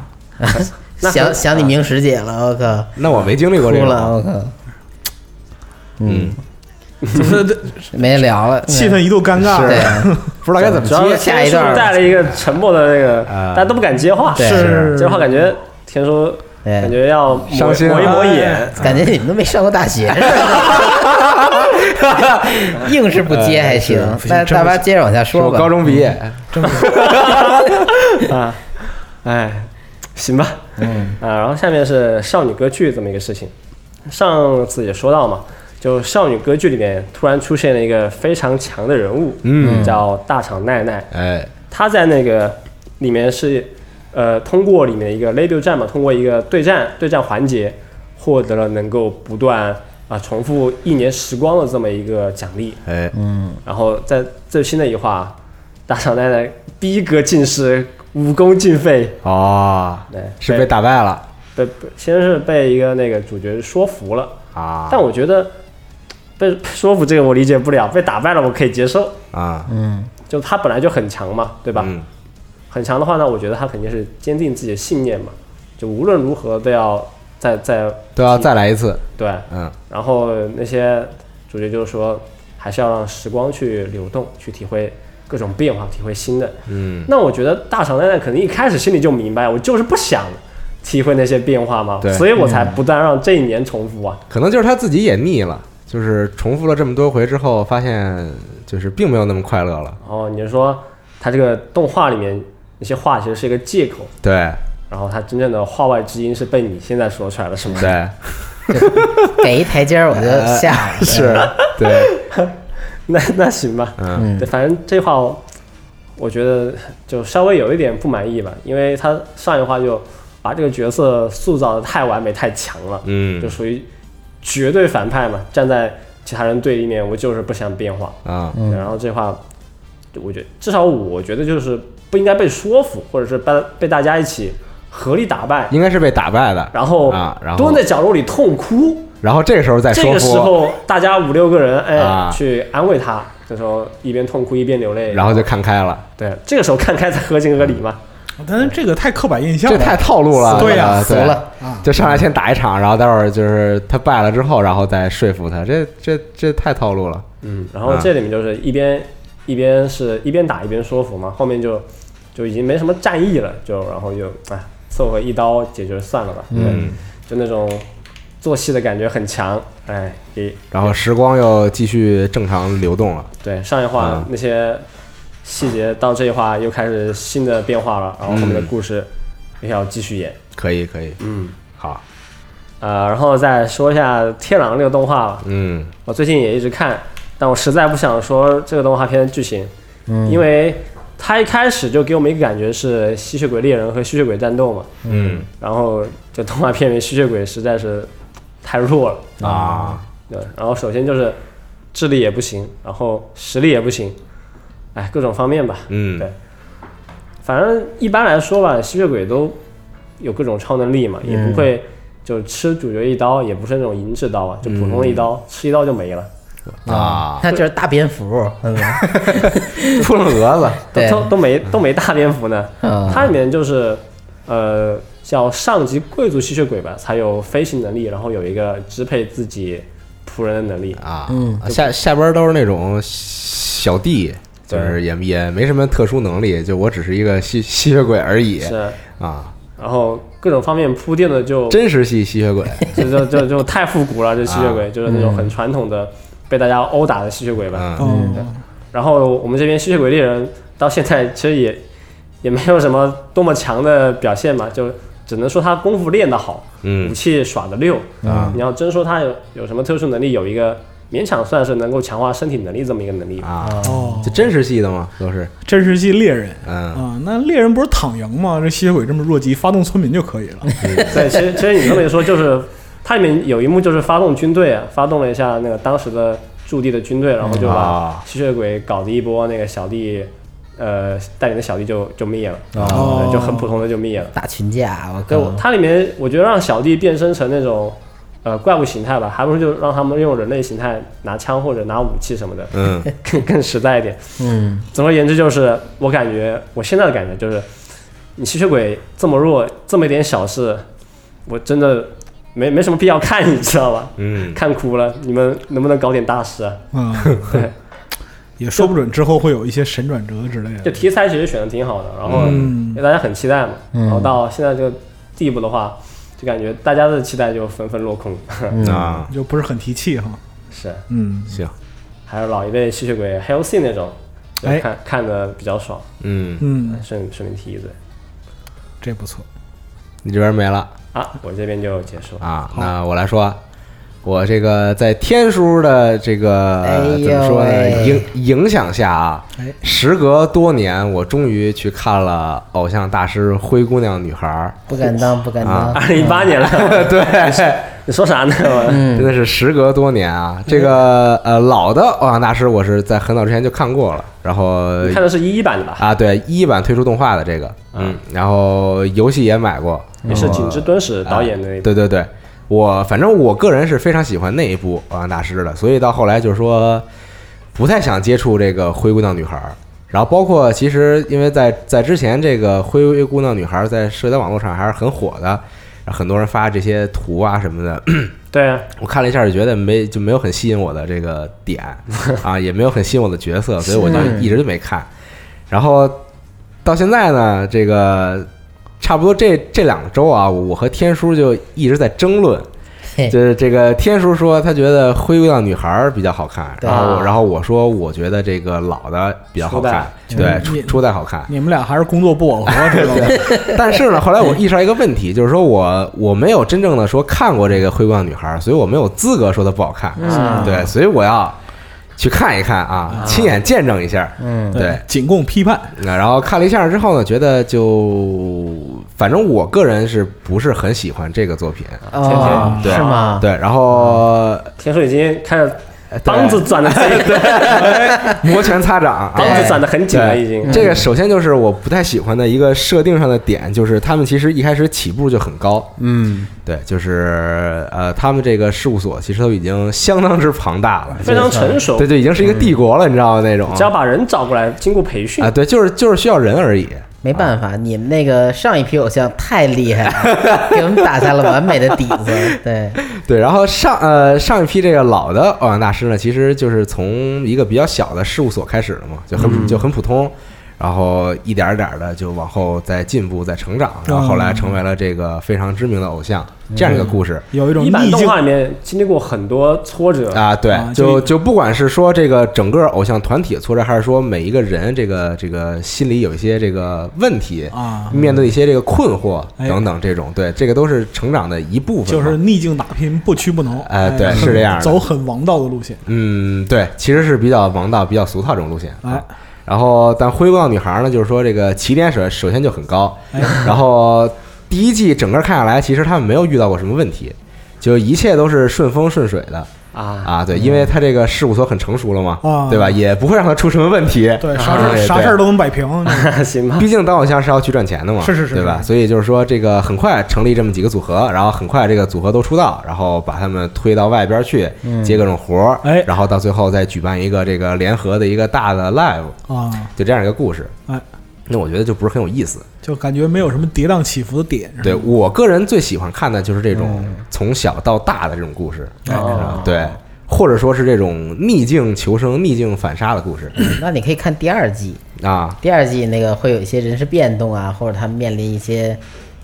那想很想你明石姐了，我靠，那我没经历哭过这了，个，我靠，嗯， <laughs> 没聊了，气氛一度尴尬。对，不知道该怎么主要是接，下一段天叔带了一个沉默的那个，啊大家都不敢接话，对是接话感觉天叔嗯对感觉要抹伤心了啊哎抹一抹眼，感觉你们都没上过大学似的， <laughs> 硬是不接还行是不。行那真大不巴接着往下是说我吧。嗯高中毕业，啊，哎，行吧，嗯啊，然后下面是少女歌剧这么一个事情，上次也说到嘛，就少女歌剧里面突然出现了一个非常强的人物，嗯叫大场奈奈，哎，她在那个里面是呃通过里面一个 label 战嘛，通过一个对战对战环节，获得了能够不断啊、重复一年时光的这么一个奖励，哎，嗯然后在最新的一话，大场奈奈逼格尽失，武功尽废。哦，对，是被打败了被被先是被一个那个主角说服了，啊，但我觉得被被说服这个我理解不了，被打败了我嗯可以接受，啊，就他本来就很强嘛，对吧？嗯很强的话呢，我觉得他肯定是坚定自己的信念嘛，就无论如何都要再再都要再来一次，对，嗯然后那些主角就是说，还是要让时光去流动，去体会各种变化，体会新的。嗯，那我觉得大厂奈奈可能一开始心里就明白，我就是不想体会那些变化嘛对，所以我才不断让这一年重复啊。可能就是他自己也腻了，就是重复了这么多回之后，发现就是并没有那么快乐了，然后你就说他这个动画里面那些话其实是一个借口，对然后他真正的话外之音是被你现在说出来了，是吗？ <laughs> 对给一台阶儿我就下 <laughs> 了。是，对，那 <laughs> 那行吧，嗯对，反正这话我我觉得就稍微有一点不满意吧，因为他上一话就把这个角色塑造的太完美、太强了，就嗯属于绝对反派嘛，站在其他人对立面，我就是不想变化。啊然后这话，我觉得至少我觉得就是不应该被说服，或者是被被大家一起合力打败，应该是被打败的，然后啊，然后蹲在角落里痛哭。然后这个时候再这哎说个时服，候大家五六个人哎、啊去安慰他，这时候一边痛哭一边流泪，然后就看开了，对，这个时候看开才合情合理嘛。但是这个太刻板印象这了，太套路了，对呀呀，服了，啊，就上来先打一场，然后待会儿就是他败了之后，然后再说服他，这这这太套路了。嗯，然后啊这里面就是一边、一边是一边打一边说服嘛，后面就就已经没什么战役了，就然后就哎凑合一刀解决算了吧，对，嗯就那种做戏的感觉很强，哎，给然后时光又继续正常流动了，对上一话嗯那些细节到这一话又开始新的变化了，然后后面的嗯故事又要继续演，可以可以，嗯。好，呃，然后再说一下《天狼》这个动画吧，嗯我最近也一直看，但我实在不想说这个动画片的剧情，嗯因为它一开始就给我们一个感觉是吸血鬼猎人和吸血鬼战斗嘛，嗯然后这动画片里吸血鬼实在是太弱了，啊，对，然后首先就是智力也不行，然后实力也不行，哎，各种方面吧，嗯对反正一般来说吧，吸血鬼都有各种超能力嘛，嗯也不会就吃主角一刀，也不是那种银质刀啊，就普通的一嗯刀，吃一刀就没了，啊，他就是大蝙蝠，嗯，出了蛾子，都对都都没都没大蝙蝠 <laughs> 呢。嗯它里面就是呃叫上级贵族吸血鬼吧，才有飞行能力，然后有一个支配自己仆人的能力。啊，嗯下下边都是那种小弟，就是也也没什么特殊能力，就我只是一个吸吸血鬼而已是，啊，然后各种方面铺垫的就真实系吸血鬼，就就就就太复古了，这吸血啊鬼就是那种很传统的被大家殴打的吸血鬼吧。嗯嗯，然后我们这边吸血鬼猎人到现在其实也 <laughs> 也没有什么多么强的表现嘛，就只能说他功夫练得好，武嗯器耍得溜啊你要真说他有有什么特殊能力，有一个勉强算是能够强化身体能力这么一个能力。 <laughs> 啊，哦这，真实系的吗？都是，真实系猎人嗯啊，那猎人不是躺赢吗？这吸血鬼这么弱鸡，发动村民就可以了。对，其实其实你这么一说，就是它里面有一幕就是发动军队啊，发动了一下那个当时的驻地的军队，然后就把啊吸血鬼搞的一波，那个小弟呃带领的小弟就就灭了，哦对就很普通的就灭了。打群架，我对靠，，它里面我觉得让小弟变身成那种呃怪物形态吧，还不如就让他们用人类形态拿枪或者拿武器什么的，嗯 <laughs> 更更实在一点。嗯总而言之，就是我感觉我现在的感觉就是，你吸血鬼这么弱，这么一点小事，我真的没没什么必要看，你知道吧？嗯，看哭了，你们能不能搞点大事啊？嗯， <laughs> 对，也说不准之后会有一些神转折之类这的。题材其实选的挺好的，然后嗯大家很期待嘛。嗯然后到现在这个地步的话，就感觉大家的期待就纷纷落空。嗯，啊，就不是很提气哈。 <laughs> 是，嗯，行，还有老一辈吸血鬼 h e l c 那种，就哎看、看的比较爽。嗯，嗯，顺顺便提一嘴这不错。你这边没了。啊，我这边就结束了。啊，那我来说，我这个在天叔的这个、哎呦怎么说呢喂影影响下啊哎，时隔多年，我终于去看了偶像大师《灰姑娘女孩儿不敢当，不敢当二，零一八年了，对， <laughs> 你说啥呢？我真的是时隔多年啊，这个呃老的偶像大师我是在很早之前就看过了，然后你看的是一一版的吧？啊对一版推出动画的这个，嗯，然后游戏也买过，啊也是景之敦史导演的那对对对，我反正我个人是非常喜欢那一部《偶像大师》的，所以到后来就是说不太想接触这个《灰姑娘女孩》。儿。然后包括其实因为在在之前这个《灰姑娘女孩》儿在社交网络上还是很火的，然后很多人发这些图啊什么的，对啊，我看了一下就觉得没就没有很吸引我的这个 <laughs> 点啊，也没有很吸引我的角色，所以我就是一直就没看。然后到现在呢，这个差不多这这两周啊，我和天叔就一直在争论，嘿就是这个天叔说他觉得《灰姑娘女孩》比较好看，对然后我啊然后我说我觉得这个老的比较好看，初代对初嗯初代好看。你们俩还是工作不饱和，知道吗？ <laughs> 但是呢，后来我意识到一个问题，就是说我我没有真正的说看过这个《灰姑娘女孩》，所以我没有资格说它不好看。嗯对，所以我要去看一看啊，亲眼见证一下。嗯对，仅供批判。那然后看了一下之后呢，觉得就反正我个人是不是很喜欢这个作品？哦，对是吗？对，然后呃天叔已经开始梆子攥的摩拳擦掌 <laughs> 啊，梆子攥的很紧了，对已经。这个首先就是我不太喜欢的一个设定上的点，就是他们其实一开始起步就很高，嗯，对，就是呃，他们这个事务所其实都已经相当之庞大了，非常成熟对，对，已经是一个帝国了，你知道吗？那种只要把人找过来，经过培训啊，，对，就是就是需要人而已。没办法，你们那个上一批偶像太厉害了，给我们打下了完美的底子。对， <coughs> 对，然后上呃上一批这个老的偶像大师呢，其实就是从一个比较小的事务所开始的嘛，就很、嗯就很普通，然后一点儿点儿的就往后再进步、再成长，然后后哦来成为了这个非常知名的偶像，这样一个嗯故事。有一种一版逆动境画里面经历过很多挫折，啊，对啊，就就就不管是说这个整个偶像团体的挫折，还是说每一个人这个这个心里有一些这个问题，啊，面对一些这个困惑哎等等这种，对，这个都是成长的一部分就嘛。是逆境打拼，不屈不挠。哎对是这样的走很王道的路线。嗯，对，其实是比较王道、比较俗套这种路线。啊哎，然后但回归到女孩呢，就是说这个起点首首先就很高，哎然后第一季整个看下来，其实他们没有遇到过什么问题，就一切都是顺风顺水的 <laughs> 啊，啊。对，因为他这个事务所很成熟了嘛，啊对吧？也不会让他出什么问题。对，啊啥事儿对啥对事儿都能摆 <laughs> 平。行吧，毕竟当偶像是要去赚钱的嘛，啊是是是对吧？是所以就是说，这个很快成立这么几个组合，然后很快这个组合都出道，然后把他们推到外边去接各种活儿，嗯哎然后到最后再举办一个这个联合的一个大的 live，啊，就这样一个故事。哎，那我觉得就不是很有意思。就感觉没有什么跌宕起伏的点。是吧对我个人最喜欢看的就是这种嗯从小到大的这种故事，哦对，或者说是这种逆境求生、逆境反杀的故事嗯那你可以看第二季，啊。第二季那个会有一些人事变动啊，或者他们面临一些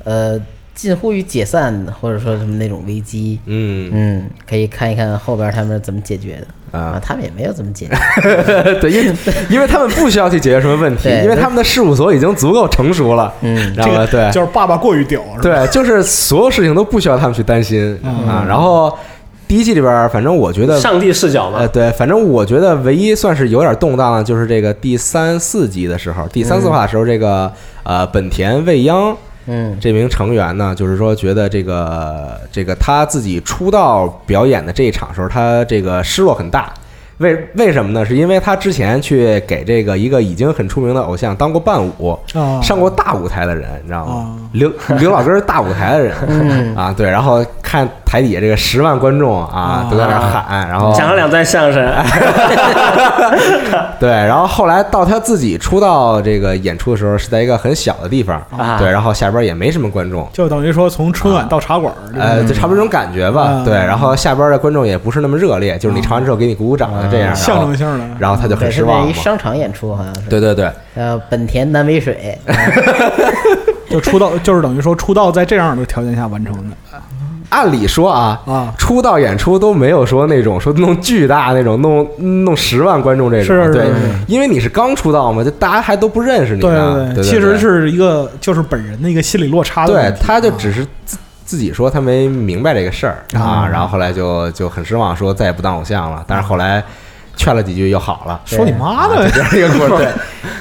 呃近乎于解散，或者说什么那种危机。嗯，嗯，可以看一看后边他们怎么解决的啊他们也没有怎 <laughs> 么解决，对，因 <laughs> 为因为他们不需要去解决什么问题，对因为他们的事务所已经足够成熟了，嗯， <laughs> 然后这个对就是爸爸过于屌，是吧？对，就是所有事情都不需要他们去担心嗯啊。然后第一季里边儿，反正我觉得上帝视角呃，嘛，对，反正我觉得唯一算是有点动荡的，就是这个第三四集的时候，第三四话的时候，这个呃本田未央嗯这名成员呢，就是说觉得这个这个他自己出道表演的这一场时候，他这个失落很大。为为什么呢？是因为他之前去给这个一个已经很出名的偶像当过伴舞，啊，上过大舞台的人，你知道吗啊？刘刘老根儿大舞台的人啊，对，然后看台底下这个十万观众啊啊都在那儿喊，然后讲了两段相声，对，然后后来到他自己出道这个演出的时候，是在一个很小的地方，啊对，然后下边也没什么观众，就等于说从春晚到茶馆儿，这个呃，就差不多这种感觉吧，嗯对，然后下边的观众也不是那么热烈，就是你唱完之后给你鼓鼓掌啊的这样，嗯象征然后性的。然后他就对，很失是在望一嘛，商场演出好像是，对对对，呃，本田南为水，就出道， <laughs> 就是等于说出道在这样的条件下完成的按理说啊。啊。出道演出都没有说那种说弄巨大那种弄弄十万观众这种，是是对是，因为你是刚出道嘛，就大家还都不认识你对呢，对其实是啊一个就是本人的一个心理落差的对问，题他就只是自自己说他没明白这个事儿啊，然后后来就就很失望，说再也不当偶像了。但是后来劝了几句又好了。说你妈的啊就这样一个故事，对，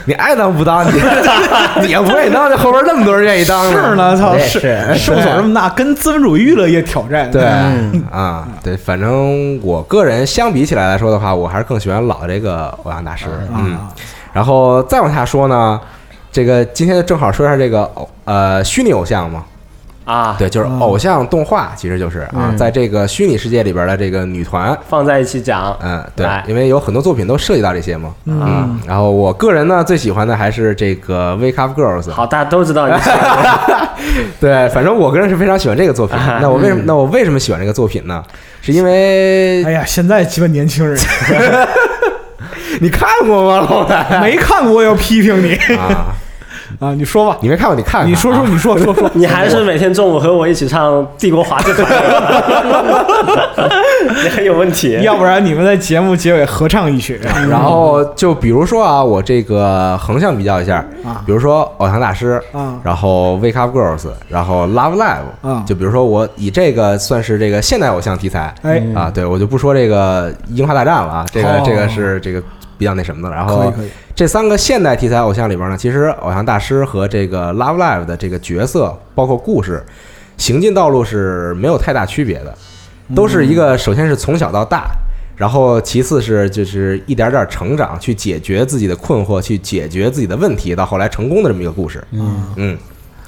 你爱当不当，你 <laughs> 你也不愿意当，这后边那么多人愿意当 <laughs> 是呢，操，我也是是事务所这么大，跟资本主义娱乐业挑战，对嗯啊，对，反正我个人相比起来来说的话，我还是更喜欢老这个偶像大师。嗯，啊，然后再往下说呢，这个今天就正好说一下这个偶呃虚拟偶像嘛，啊，对，就是嗯偶像动画，其实就是啊，嗯在这个虚拟世界里边的这个女团，放在一起讲，嗯，对哎，因为有很多作品都涉及到这些嘛，嗯，然后我个人呢最喜欢的还是这个《Wake Up Girls》，好，大家都知道你是，对，反正我个人是非常喜欢这个作品。啊那我为嗯什么？那我为什么喜欢这个作品呢？是因为哎呀，现在基本年 <laughs> 轻人你看过吗，老板？没看过要批评你啊， <laughs> 啊，你说吧，你没看过，你看看啊你说说，你说说说 <laughs> <laughs> 你还是每天中午和我一起唱《帝国华之团》 <laughs> ，你很有问题。要不然你们在节目结尾合唱一曲，然后就比如说啊，我这个横向比较一下啊，比如说偶像大师啊然后 Wake Up Girls，然后 Love Live，啊就比如说我以这个算是这个现代偶像题材，哎啊，对我就不说这个樱花大战了啊，这个哦这个是这个比较那什么的。然可以后可以这三个现代题材偶像里边呢，其实偶像大师和这个 Love Live 的这个角色，包括故事、嗯行进道路是没有太大区别的，都是一个首先是从小到大。然后其次是就是一点点成长，去解决自己的困惑，去解决自己的问题，到后来成功的这么一个故事。嗯嗯，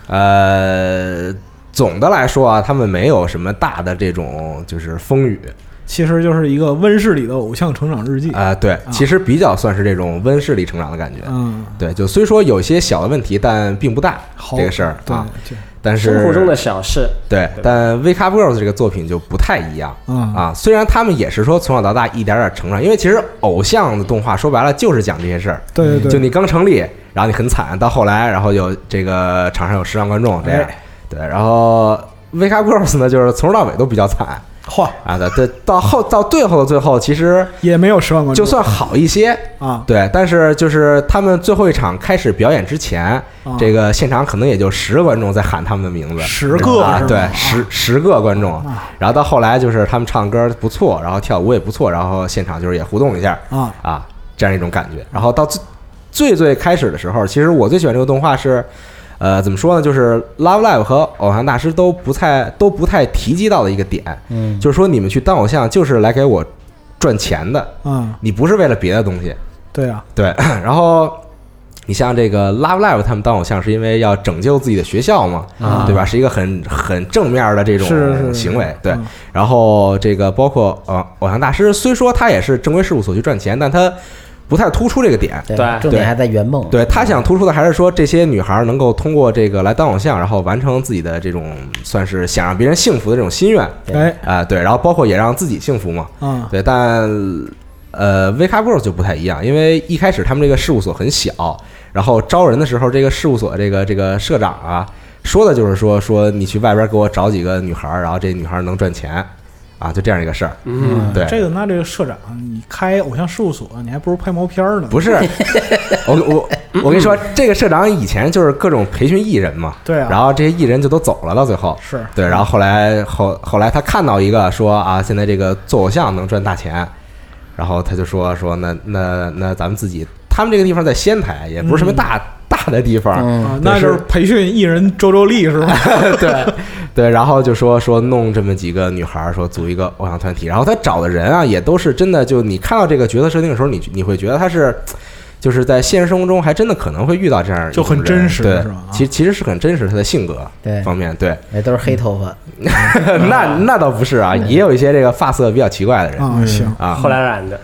呃，总的来说啊，他们没有什么大的这种就是风雨其实就是一个温室里的偶像成长日记。啊、对，其实比较算是这种温室里成长的感觉。嗯，对，就虽说有些小的问题，但并不大好，这个事儿啊。对，但是生活中的小事，对，但《Wake Up Girls》这个作品就不太一样嗯啊。虽然他们也是说从小到大一点点成长，因为其实偶像的动画说白了就是讲这些事儿。对对对，嗯就你刚成立，然后你很惨，到后来，然后有这个场上有十万观众这样。哎对，然后 Wake Up Girls 呢，就是从头到尾都比较惨嚯，啊。对，对到后到最后的最后，其实也没有十万观众，就算好一些，啊，对，但是就是他们最后一场开始表演之前，啊这个现场可能也就十个观众在喊他们的名字，十个啊是，吗对啊，十十个观众啊。然后到后来就是他们唱歌不错，然后跳舞也不错，然后现场就是也互动一下啊，啊，这样一种感觉。然后到最最最开始的时候，其实我最喜欢这个动画是。呃，怎么说呢？就是 Love Live 和偶像大师都不太都不太提及到的一个点，嗯，就是说你们去当偶像就是来给我赚钱的，嗯，你不是为了别的东西。对啊，对， <clears throat> 然后你像这个 Love Live 他们当偶像是因为要拯救自己的学校嘛，啊对吧？是一个很很正面的这种是是是行为。对，嗯然后这个包括呃，偶像大师虽说他也是正规事务所去赚钱，但他不太突出这个点。对对重点还在圆梦，对他想突出的还是说，这些女孩能够通过这个来当偶像，然后完成自己的这种算是想让别人幸福的这种心愿啊、对哎，对，然后包括也让自己幸福嘛，啊，对，但呃 v i c a Girls 就不太一样，因为一开始他们这个事务所很小，然后招人的时候，这个事务所这个这个社长啊，说的就是说说你去外边给我找几个女孩儿，然后这女孩儿能赚钱啊，就这样一个事儿。嗯，对这个那这个社长，你开偶像事务所，你还不如拍毛片儿呢？不 <laughs> 是，我我我跟你说，这个社长以前就是各种培训艺人嘛，对啊然后这些艺人就都走了，到最后是对，然后后来后后来他看到一个说啊，现在这个做偶像能赚大钱，然后他就说说那那那咱们自己，他们这个地方在仙台，也不是什么大、大的地方，嗯啊，对那就是是培训艺人周周丽是吧？对对，然后就说说弄这么几个女孩儿，说组一个偶像团体，然后他找的人啊，也都是真的，就你看到这个角色设定的时候，你你会觉得他是。就是在现实生活中，还真的可能会遇到这样一就很种真人实对是吧啊，其其实是很真实，他的性格对方面， <laughs> 对，那都是黑头发，嗯那那倒不是啊，也有一些这个发色比较奇怪的人啊，行，啊，后来染的，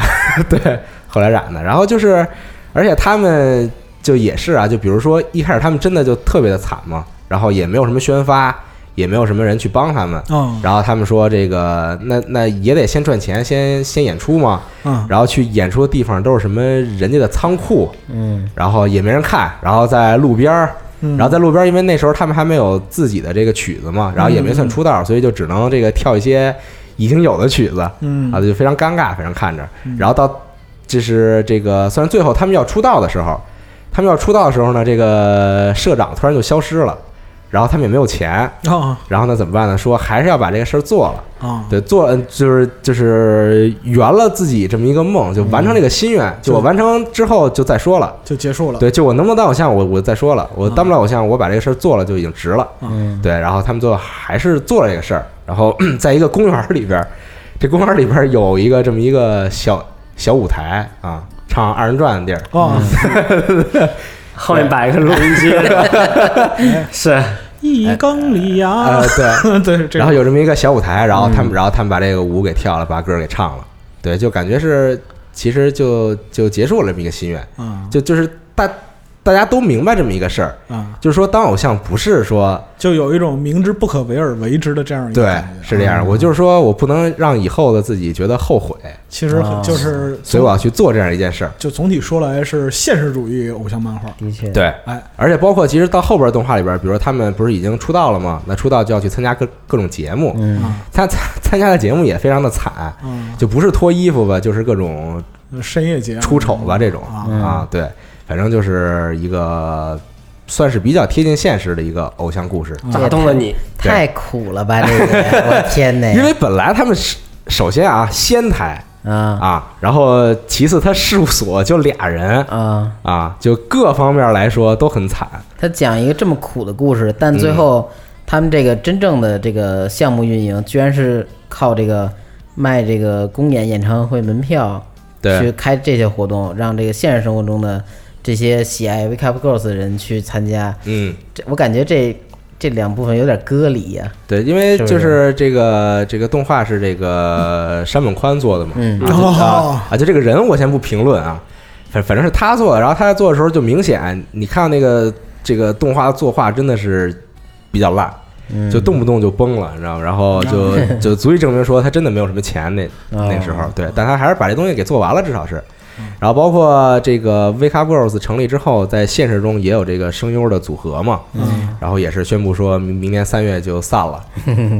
<laughs> 对，后来染的。然后就是，而且他们就也是啊，就比如说一开始他们真的就特别的惨嘛，然后也没有什么宣发，也没有什么人去帮他们。嗯然后他们说这个，那那也得先赚钱，先先演出嘛。嗯，然后去演出的地方都是什么人家的仓库，嗯，然后也没人看，然后在路边儿，嗯然后在路边儿，因为那时候他们还没有自己的这个曲子嘛，然后也没嗯算出道，所以就只能这个跳一些已经有的曲子，嗯啊，就非常尴尬，非常看着。然后到就是这个，算是最后他们要出道的时候，他们要出道的时候呢，这个社长突然就消失了，然后他们也没有钱，啊然后呢怎么办呢？说还是要把这个事儿做了。啊，对，做了就是就是圆了自己这么一个梦，就完成这个心愿。就我完成之后就再说了。就结束了。对，就我能不能当偶像，我我再说了。我当不了偶像，我把这个事儿做了就已经值了。嗯，对，然后他们最后还是做了这个事儿。然后 <clears throat> 在一个公园儿里边儿，这公园儿里边儿有一个这么一个小小舞台啊，唱二人转的地儿。啊，嗯后面摆一个录音机，是一更里呀呃，，对， <laughs> 对，啊这然后有这么一个小舞台，然后他们，然后他们把这个舞给跳了，把歌儿给唱了，对，就感觉是，其实就就结束了这么一个心愿，啊就就是大大家都明白这么一个事儿，啊，就是说当偶像不是说就有一种明知不可为而为之的这样一个对感觉是这样，我就是说我不能让以后的自己觉得后悔，其实很就是所以我要去做这样一件事儿，就总体说来是现实主义偶像漫画。的确，对，哎，而且包括其实到后边动画里边，比如说他们不是已经出道了吗？那出道就要去参加各各种节目，嗯，啊 <laughs> 参参参加的节目也非常的惨，啊，就不是脱衣服吧，就是各种呃深夜节出丑吧这种啊嗯啊，对，反正就是一个算是比较贴近现实的一个偶像故事，打动了你，对太苦了吧，这个， <laughs> 我天哪，因为本来他们是首先啊仙台啊啊，然后其次他事务所就俩人啊，啊，就各方面来说都很惨，他讲一个这么苦的故事，但最后他们这个真正的这个项目运营，居然是靠这个卖这个公演演唱会门票，去对，开这些活动，让这个现实生活中的这些喜爱 Wake Up Girls 的人去参加。嗯，这我感觉这这两部分有点割离呀、对，因为是不就是是这个这个动画是这个山本宽做的嘛，嗯啊就哦啊啊，就这个人我先不评论啊，反反正是他做的，然后他在做的时候就明显，你看到那个这个动画作画真的是比较烂，嗯，就动不动就崩了，你知道吗？然后 <laughs> 就就足以证明说他真的没有什么钱那哦嗯那时候，对，但他还是把这东西给做完了，至少是。然后包括这个 Wake Up Girls 成立之后，在现实中也有这个声优的组合嘛，嗯，然后也是宣布说明明年三月就散了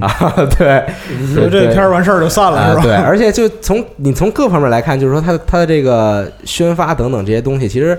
啊，对，你说这片儿完事儿就散了啊，是吧？对，而且就从你从各方面来看，就是说他他的这个宣发等等这些东西，其实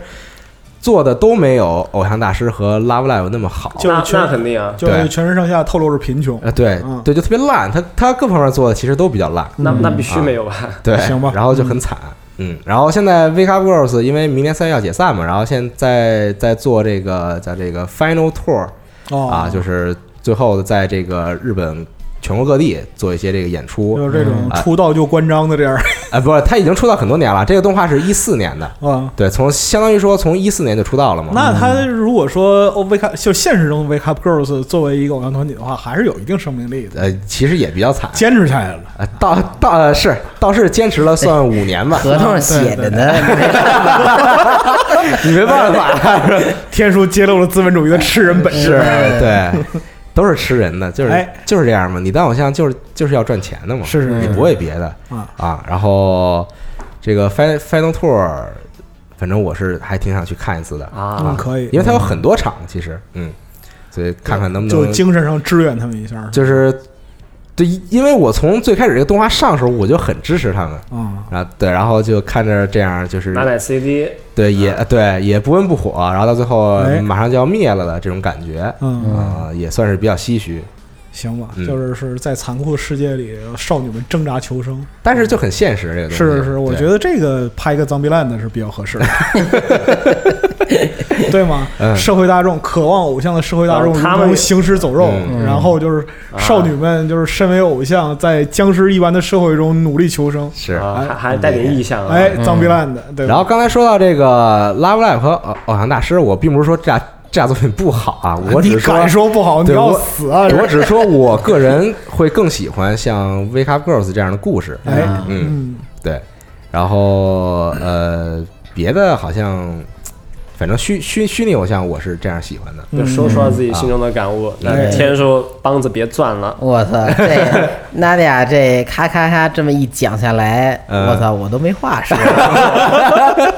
做的都没有《偶像大师》和《Love Live》那么好。就是那全那肯定啊， <laughs> 就是对全身上下透露着贫穷。啊，对嗯对，就特别烂，他他各方面做的其实都比较烂，那那必啊须没有吧？对，行吧然后就很惨，嗯，然后现在 Wake Up Girls 因为明年三月要解散嘛，然后现在在做这个叫这个 Final Tour 哦，啊，就是最后在这个日本全国各地做一些这个演出，就是这种嗯啊出道就关张的这样啊，不是，他已经出道很多年了，这个动画是一四年的，啊。对，从相当于说从一四年就出道了嘛。那他如果说哦 Wake Up 就现实中 Wake Up Girls 作为一个偶像团体的话，还是有一定生命力的，呃，其实也比较惨，坚持下来了。呃，倒倒呃是倒是坚持了算五年 <laughs> 吧，合同上写着呢，你没办法，天书揭露了资本主义的吃人 <laughs> 本是质。对，都是吃人的，就是哎就是这样嘛。你当偶像就是就是要赚钱的嘛，是是你是不为别的啊啊。然后这个 Final Final Tour，反正我是还挺想去看一次的，嗯，啊，可以因，为它有很多场，其实嗯，所以看看能不就能精神上支援他们一下儿。就是对，因为我从最开始这个动画上的时候，我就很支持他们。啊，啊，对，然后就看着这样，就是拿奶 CD，对也对也不温不火，然后到最后哎马上就要灭了的这种感觉，嗯，啊，也算是比较唏嘘，行吧，嗯就是是在残酷的世界里，少女们挣扎求生。但是就很现实这个东西。是是是，我对觉得这个拍一个 Zombie Land 是比较 <laughs> 合适的，对吗？嗯社会大众渴望偶像的社会大众，然后他如们同行尸走肉，嗯然后就是少女们就是身为偶像，在僵尸一般的社会中努力求生。是。啊，还哎还带点意向啊，哎嗯，Zombie Land，对吧。然后刚才说到这个《Love Live》和《偶偶像大师》，我并不是说这俩这俩作品不好啊，我只你是说敢说不好，你对要我死啊！哎我只是说我个人会更喜欢像《Wake Up Girls》这样的故事，哎，嗯，嗯，对，然后呃，别的好像，反正虚虚虚拟偶像我是这样喜欢的，就说出了自己心中的感悟。那天说梆子别转了，我操，这娜迪亚这咔咔咔这么一讲下来，嗯我操，我都没话说，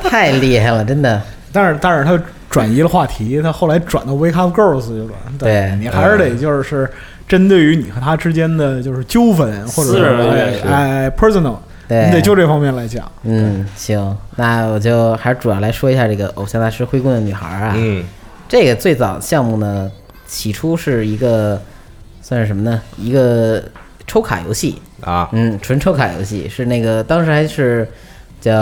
太厉害了，真的。但是但是他转移了话题，他后来转到 Wake Up Girls 去了。对你还是得就是针对于你和他之间的就是纠纷，或者私人恩哎怨哎 personal，对你得就这方面来讲。嗯，行，那我就还是主要来说一下这个《偶像大师灰姑娘女孩》啊。嗯这个最早项目呢，起初是一个算是什么呢？一个抽卡游戏，啊，嗯，纯抽卡游戏是那个当时还是叫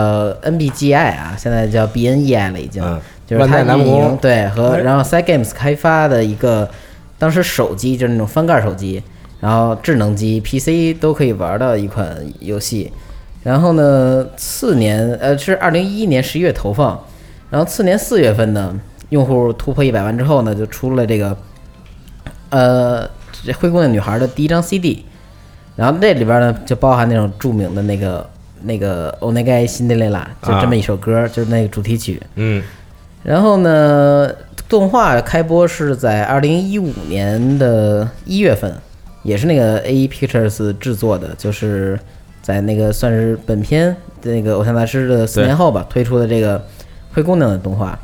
NBGI 啊，现在叫 BNEI 了已经，嗯就是它万代南运梦营宫对和哎然后 Side Games 开发的一个，当时手机就是那种翻盖手机，然后智能机、PC 都可以玩的一款游戏。然后呢，次年呃是二零一一年十一月投放，然后次年四月份呢，用户突破一百万之后呢，就出了这个呃这灰姑娘女孩的第一张 CD，然后那里边呢就包含那种著名的那个那个《o n e g a i s i n d e l a 就这么一首歌，就是那个主题曲。嗯然后呢，动画开播是在二零一五年的一月份，也是那个 A E Pictures 制作的，就是在那个算是本片的那个《偶像大师》的四年后吧推出的这个灰姑娘的动画。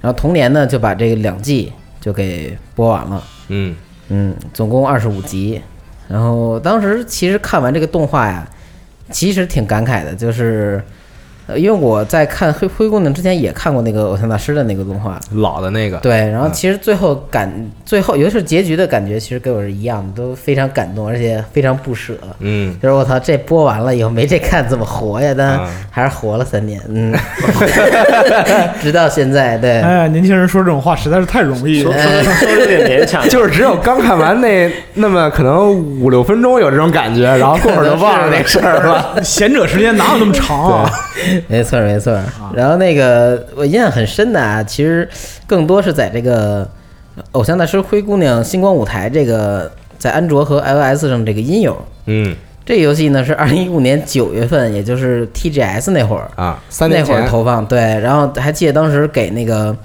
然后同年呢，就把这个两季就给播完了。嗯嗯，总共二十五集。然后当时其实看完这个动画呀，其实挺感慨的，就是呃因为我在看《灰灰姑娘》之前也看过那个《偶像大师》的那个动画，老的那个，对，然后嗯其实最后感，最后尤其是结局的感觉，其实跟我是一样的，都非常感动，而且非常不舍。嗯，就是我操，这播完了以后没这看怎么活呀？但啊还是活了三年，嗯， <laughs> 直到现在，对，哎呀，年轻人说这种话实在是太容易说了。说说有点勉强，就是只有刚看完那那么可能五六分钟有这种感觉，然后过会儿就忘了那事儿了。贤者时间哪有那么长啊？没错没错。啊然后那个我印象很深的啊，其实更多是在这个《偶像大师灰姑娘》星光舞台这个在安卓和 iOS 上这个音游。嗯这个游戏呢是二零一五年九月份，也就是 TGS 那会儿，啊，三年那会儿前投放对，然后还记得当时给那个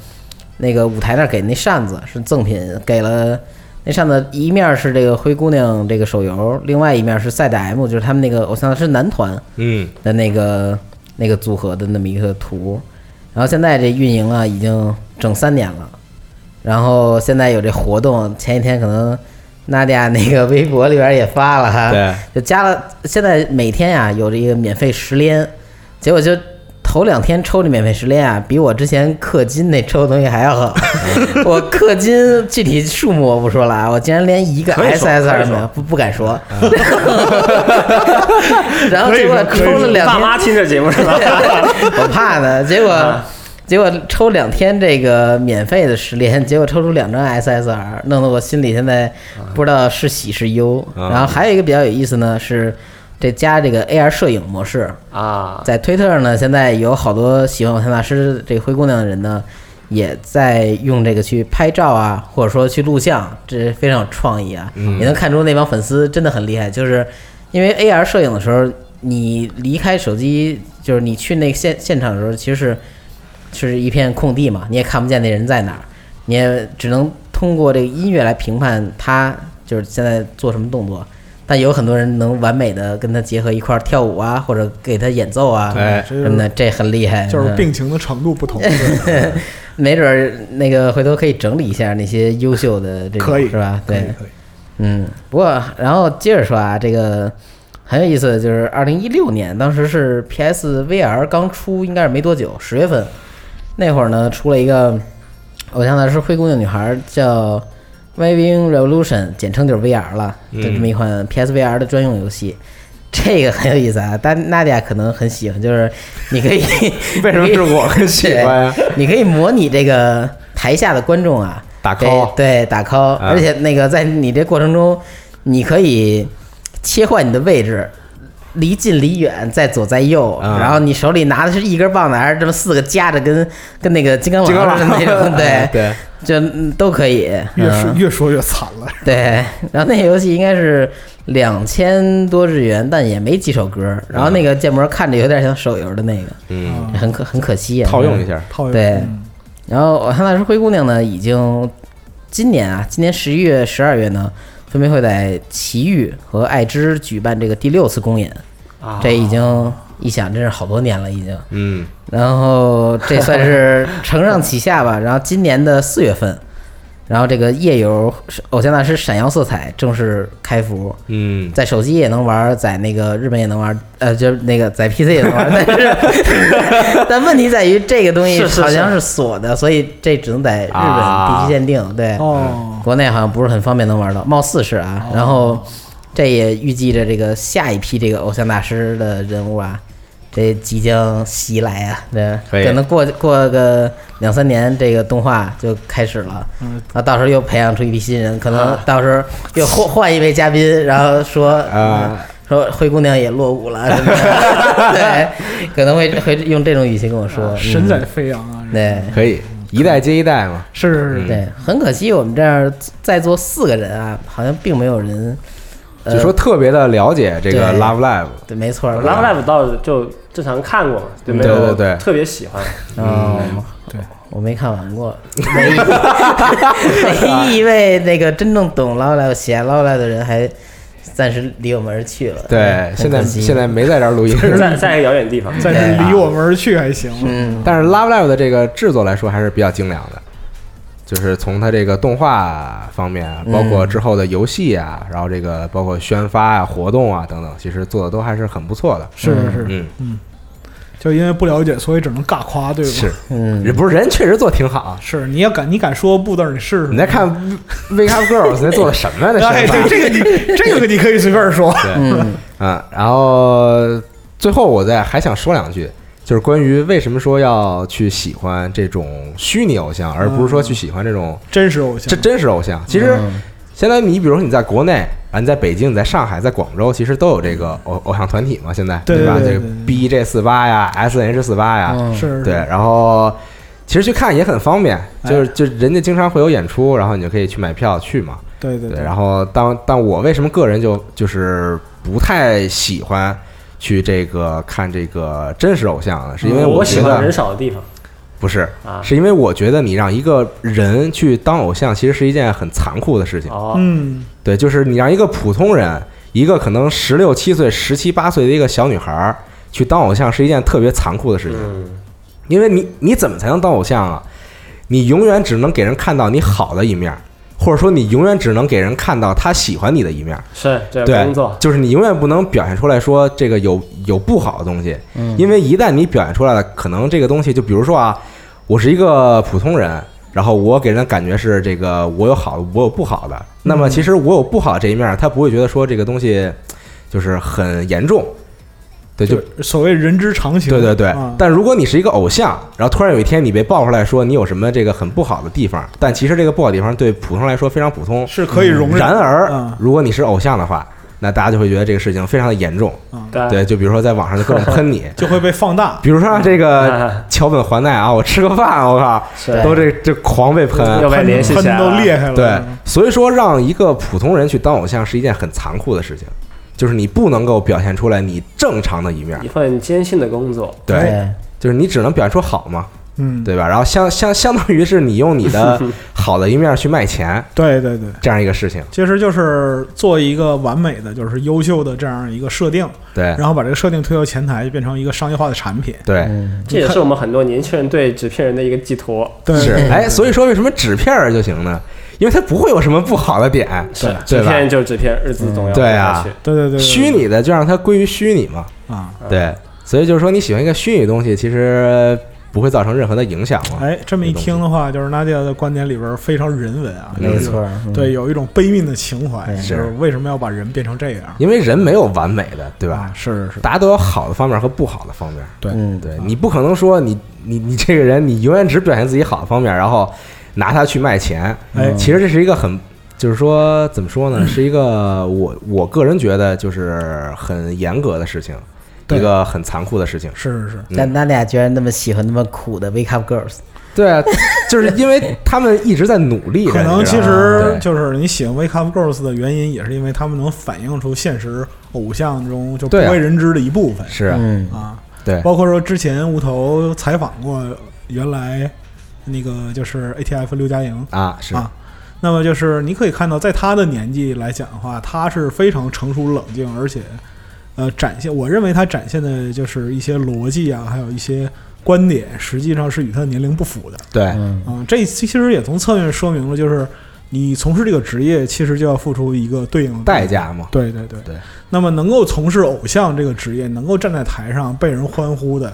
那个舞台那儿给那扇子是赠品，给了那扇子一面是这个灰姑娘这个手游，另外一面是赛德 M，就是他们那个偶像是男团嗯的那个那个组合的那么一个图。然后现在这运营啊已经整三年了，然后现在有这活动，前几天可能娜迪亚那个微博里边也发了哈，对，就加了。现在每天呀、有这个免费十连，结果就头两天抽这免费十连啊，比我之前氪金那抽的东西还要好。嗯 <laughs> 我氪金具体数目我不说了啊，我竟然连一个可以说 SSR 可都以没有，说嗯不不敢说。 <laughs> 然后结果抽了两天，爸妈听着节目是吧？ <laughs> 我怕呢。结果啊结果抽两天这个免费的十连，结果抽出两张 SSR，弄得我心里现在不知道是喜是忧。啊然后还有一个比较有意思呢是。这加这个 AR 摄影模式，啊，在推特上呢，现在有好多喜欢偶像大师这个灰姑娘的人呢，也在用这个去拍照啊，或者说去录像，这非常有创意啊。也能看出那帮粉丝真的很厉害，就是因为 AR 摄影的时候，你离开手机，就是你去那个现现场的时候，其实是是一片空地嘛，你也看不见那人在哪儿，你也只能通过这个音乐来评判他就是现在做什么动作。但有很多人能完美的跟他结合一块儿跳舞啊，或者给他演奏啊，哎这就是什么的，这很厉 <laughs> 害。就是嗯病情的程度不 <laughs> 同。对没准儿那个回头可以整理一下那些优秀的这个，可以是吧？可以对，可以。嗯，不过然后接着说啊，这个很有意思，就是二零一六年，当时是 PS VR 刚出，应该是没多久，十月份那会儿呢，出了一个偶像大师灰姑娘女孩叫 Waving Revolution，简称就是 VR 了，嗯就这么一款 PSVR 的专用游戏。这个很有意思啊，但娜迪亚可能很喜欢，就是你可以 <laughs> 为什么是我们喜欢呀？你可以模拟这个台下的观众啊，打 call 对对，打 call，、啊而且那个在你这过程中，你可以切换你的位置。离近离远，在左在右，啊然后你手里拿的是一根棒子，还是这么四个夹着跟，跟那个金刚金刚狼似的狼嗯 <laughs> 那种，对，对，就嗯都可以。越说嗯越说越惨了，对，然后那游戏应该是两千多日元，但也没几首歌。然后那个建模看着有点像手游的那个，嗯，啊很可很可惜、啊。套用一下，套用对嗯然后我看到是灰姑娘呢，已经今年啊，今年十一月、十二月呢，分别会在奇遇和爱知举办这个第六次公演。啊这已经一想，真是好多年了已经。嗯然后这算是承上启下吧。然后今年的四月份，然后这个夜游偶像大师闪耀色彩正式开服。嗯，在手机也能玩，在那个日本也能玩，呃，就是那个在 PC 也能玩，但 <laughs> 是但问题在于这个东西是是是好像是锁的，所以这只能在日本地啊区限定，对，哦，国内好像不是很方便能玩到，貌似是啊。然后这也预计着这个下一批这个偶像大师的人物啊，这即将袭来啊，这可以可能过过个两三年，这个动画就开始了。嗯，啊啊，到时候又培养出一批新人，可能到时候又换 <laughs> 换一位嘉宾，然后说啊嗯说灰姑娘也落伍了什 <laughs> 么的，对，可能会会用这种语气跟我说，啊神在飞扬啊！嗯对可以一代接一代嘛，是是嗯是，对，很可惜我们这儿在座四个人啊，好像并没有人，呃就说特别的了解这个对 Love Live，对，没错儿啊 Love Live 倒就正常看过嘛，就没对有嗯对对特别喜欢。嗯，对，我没看完 <laughs> 过，唯一唯一一位那个真正懂捞来喜爱捞来的人还暂时离我们而去了，对，现在现在在没在这儿 <laughs> 录音，在在一个遥远地方，嗯在对这啊离我们而去还行。嗯。但是 Love Live 的这个制作来说还是比较精良的，就是从它这个动画方面，包括之后的游戏啊，然后这个包括宣发啊、活动啊等等，其实做的都还是很不错的。是是是，嗯，就因为不了解，所以只能尬夸，对吧？是，嗯人不是人确实做挺好。啊是，你要敢你敢说不字儿，你试试。你再看 Wake Up Girls 那做的什么呀？那哎，宣 <laughs> 对发这个你这个你可以随 <laughs> 便说。嗯啊，然后最后我再还想说两句，就是关于为什么说要去喜欢这种虚拟偶像，而不是说去喜欢这种嗯真嗯实偶像，这真实偶像。其实嗯现在你比如说你在国内啊，你在北京、你在上海、在广州，其实都有这个偶偶像团体嘛，现在对吧？这对对个 B J 四八呀、S N H 四八呀，嗯是对，然后其实去看也很方便，就是哎就人家经常会有演出，然后你就可以去买票去嘛。对对对，然后当但我为什么个人就就是不太喜欢去这个看这个真实偶像呢？是因为嗯我喜觉欢人得少的地方不是，啊。是因为我觉得你让一个人去当偶像，其实是一件很残酷的事情。哦，嗯，对，就是你让一个普通人，一个可能十六七岁、十七八岁的一个小女孩儿去当偶像，是一件特别残酷的事情。嗯，因为你你怎么才能当偶像啊？你永远只能给人看到你好的一面儿，或者说你永远只能给人看到他喜欢你的一面儿。是这对，工作，就是你永远不能表现出来说这个有有不好的东西，嗯因为一旦你表现出来了，可能这个东西就比如说啊，我是一个普通人，然后我给人的感觉是这个我有好的，我有不好的，那么其实我有不好的这一面儿，他不会觉得说这个东西就是很严重，对，就就所谓人之常情。对对对啊，但如果你是一个偶像，然后突然有一天你被爆出来说你有什么这个很不好的地方，但其实这个不好的地方对普通人来说非常普通。是可以容忍。然而嗯，，如果你是偶像的话，那大家就会觉得这个事情非常的严重。对，啊对，就比如说在网上就各种喷你哎 <laughs> 就哎会被放大。比如说这个啊桥本环奈啊，我吃个饭，我靠， <laughs> 是哎都这这狂被喷。又被联系喷起来都了，裂开了。对，所以说让一个普通人去当偶像是一件很残酷的事情，就是你不能够表现出来你正常的一面哎一。份艰辛的工作，对，，就是你只能表现出好嘛。嗯，对吧？然后相相相当于是你用你 <laughs> 的好的一面去卖钱对对对，这样一个事情，其实就是做一个完美的，就是优秀的这样一个设定，对然后把这个设定推到前台，就变成一个商业化的产品。对 <laughs> 嗯这也是我们很多年轻人对纸片人的一个寄托。对，是。对哎，所以说为什么纸片儿就行呢？因为它不会有什么不好的点，是对纸片人吧？就纸片，日子总要对过下啊去。对对对，虚拟的就让它归于虚拟嘛，啊。对。所以就是说，你喜欢一个虚拟的东西，其实不会造成任何的影响嘛。哎，这么一听的话，就是娜姐的观点里边非常人文啊，没嗯没就是错，对，有一种悲悯的情怀，嗯就是为什么要把人变成这样，因为人没有完美的，对对吧？？是是是，大家都有好的方面和不好的方面。对嗯对你不可能说你你你这个人，你永远只表现自己好的方面，然后拿它去卖钱。哎嗯其实这是一个很，就是说怎么说呢，是一个我我个人觉得就是很严格的事情，对一个很残酷的事情。是是是，嗯但他俩居然那么喜欢那么苦的 Wake Up Girls，对啊， <laughs> 就是因为他们一直在努力着。可能你知其道吗实对就是你喜欢 Wake Up Girls 的原因，也是因为他们能反映出现实偶像中就不对啊为人知的一部分是啊嗯啊。对包括说之前无头采访过原来那个就是 ATF 刘嘉莹，啊是啊那么就是你可以看到，在他的年纪来讲的话，他是非常成熟冷静，而且呃展现，我认为他展现的就是一些逻辑啊，还有一些观点，实际上是与他的年龄不符的。对嗯嗯，这其实也从侧面说明了，就是你从事这个职业，其实就要付出一个对应的代。价嘛。对对对对。那么能够从事偶像这个职业，能够站在台上被人欢呼的，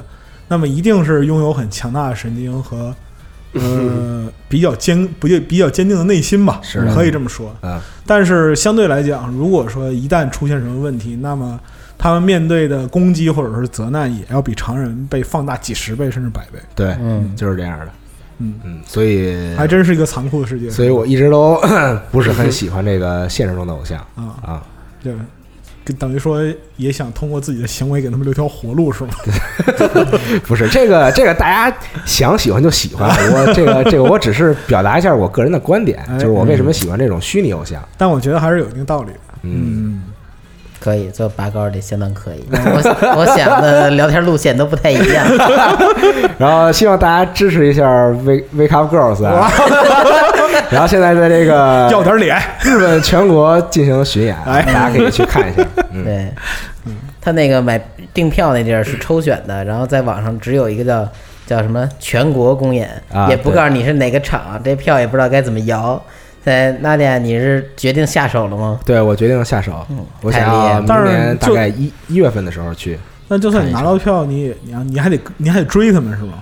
那么一定是拥有很强大的神经和 <laughs> 呃比较坚不就比较坚定的内心吧，是可以这么说。嗯，但是相对来讲，如果说一旦出现什么问题，那么他们面对的攻击或者是责难，也要比常人被放大几十倍甚至百倍。对，嗯，就是这样的。嗯，嗯，所以还真是一个残酷的世界。所以我一直都 <coughs> 不是很喜欢这个现实中的偶像啊，啊。对，跟等于说也想通过自己的行为给他们留条活路，是吗？不是这个，这 <laughs> 个大家想喜欢就喜欢。我这个这个，我只是表达一下我个人的观点，哎就是我为什么喜欢这种虚拟偶像。但我觉得还是有一定道理的。嗯，可以做拔高的相当可以，我我想的聊天路线都不太一样，然后希望大家支持一下 Wake Wake Up Girls 啊。然后现在在这 <laughs> 要个点脸，日本全国进行巡演，哎大家可以去看 <laughs> 一下。嗯，对，他那个买订票那地儿是抽选的，然后在网上只有一个叫叫什么全国公演，啊也不对告诉你是哪个场，这票也不知道该怎么摇。在娜姐，你是决定下手了吗？对我决定下手，我想太厉害要了明年嗯但是大就概一一月份的时候去。那就算你拿看一场到票，你也你要你还得你还得追他们是吗？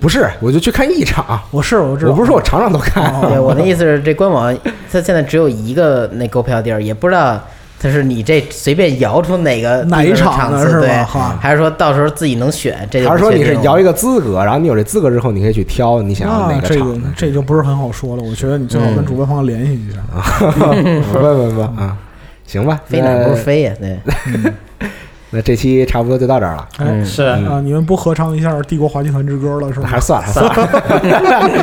不是，我就去看一场，我是我知道，我不是说我场场都看，哦对，我的意思是，这官网它现在只有一个那购票地儿，也不知道它是你这随便摇出哪个哪一地方的场场的次，是对吧？，哈，还是说到时候自己能选？这就还是说你是摇一个？个资格，然后你有这资格之后，你可以去挑你想要哪那个啊这场个子？这就不是很好说了。我觉得你最嗯好跟主办方联系一下。不不不啊，行吧，飞哪不是那飞呀？对，那这期差不多就到这儿了，哎嗯，是啊，你们不合唱一下《帝国滑稽团之歌》嗯了是那吗还？是算了，算了。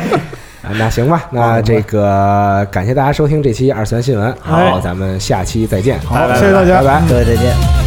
<laughs> 啊那行吧，那这个感谢大家收听这期二次元新闻，哎好，咱们下期再见，好拜，拜谢谢大家，嗯拜拜。各位再见。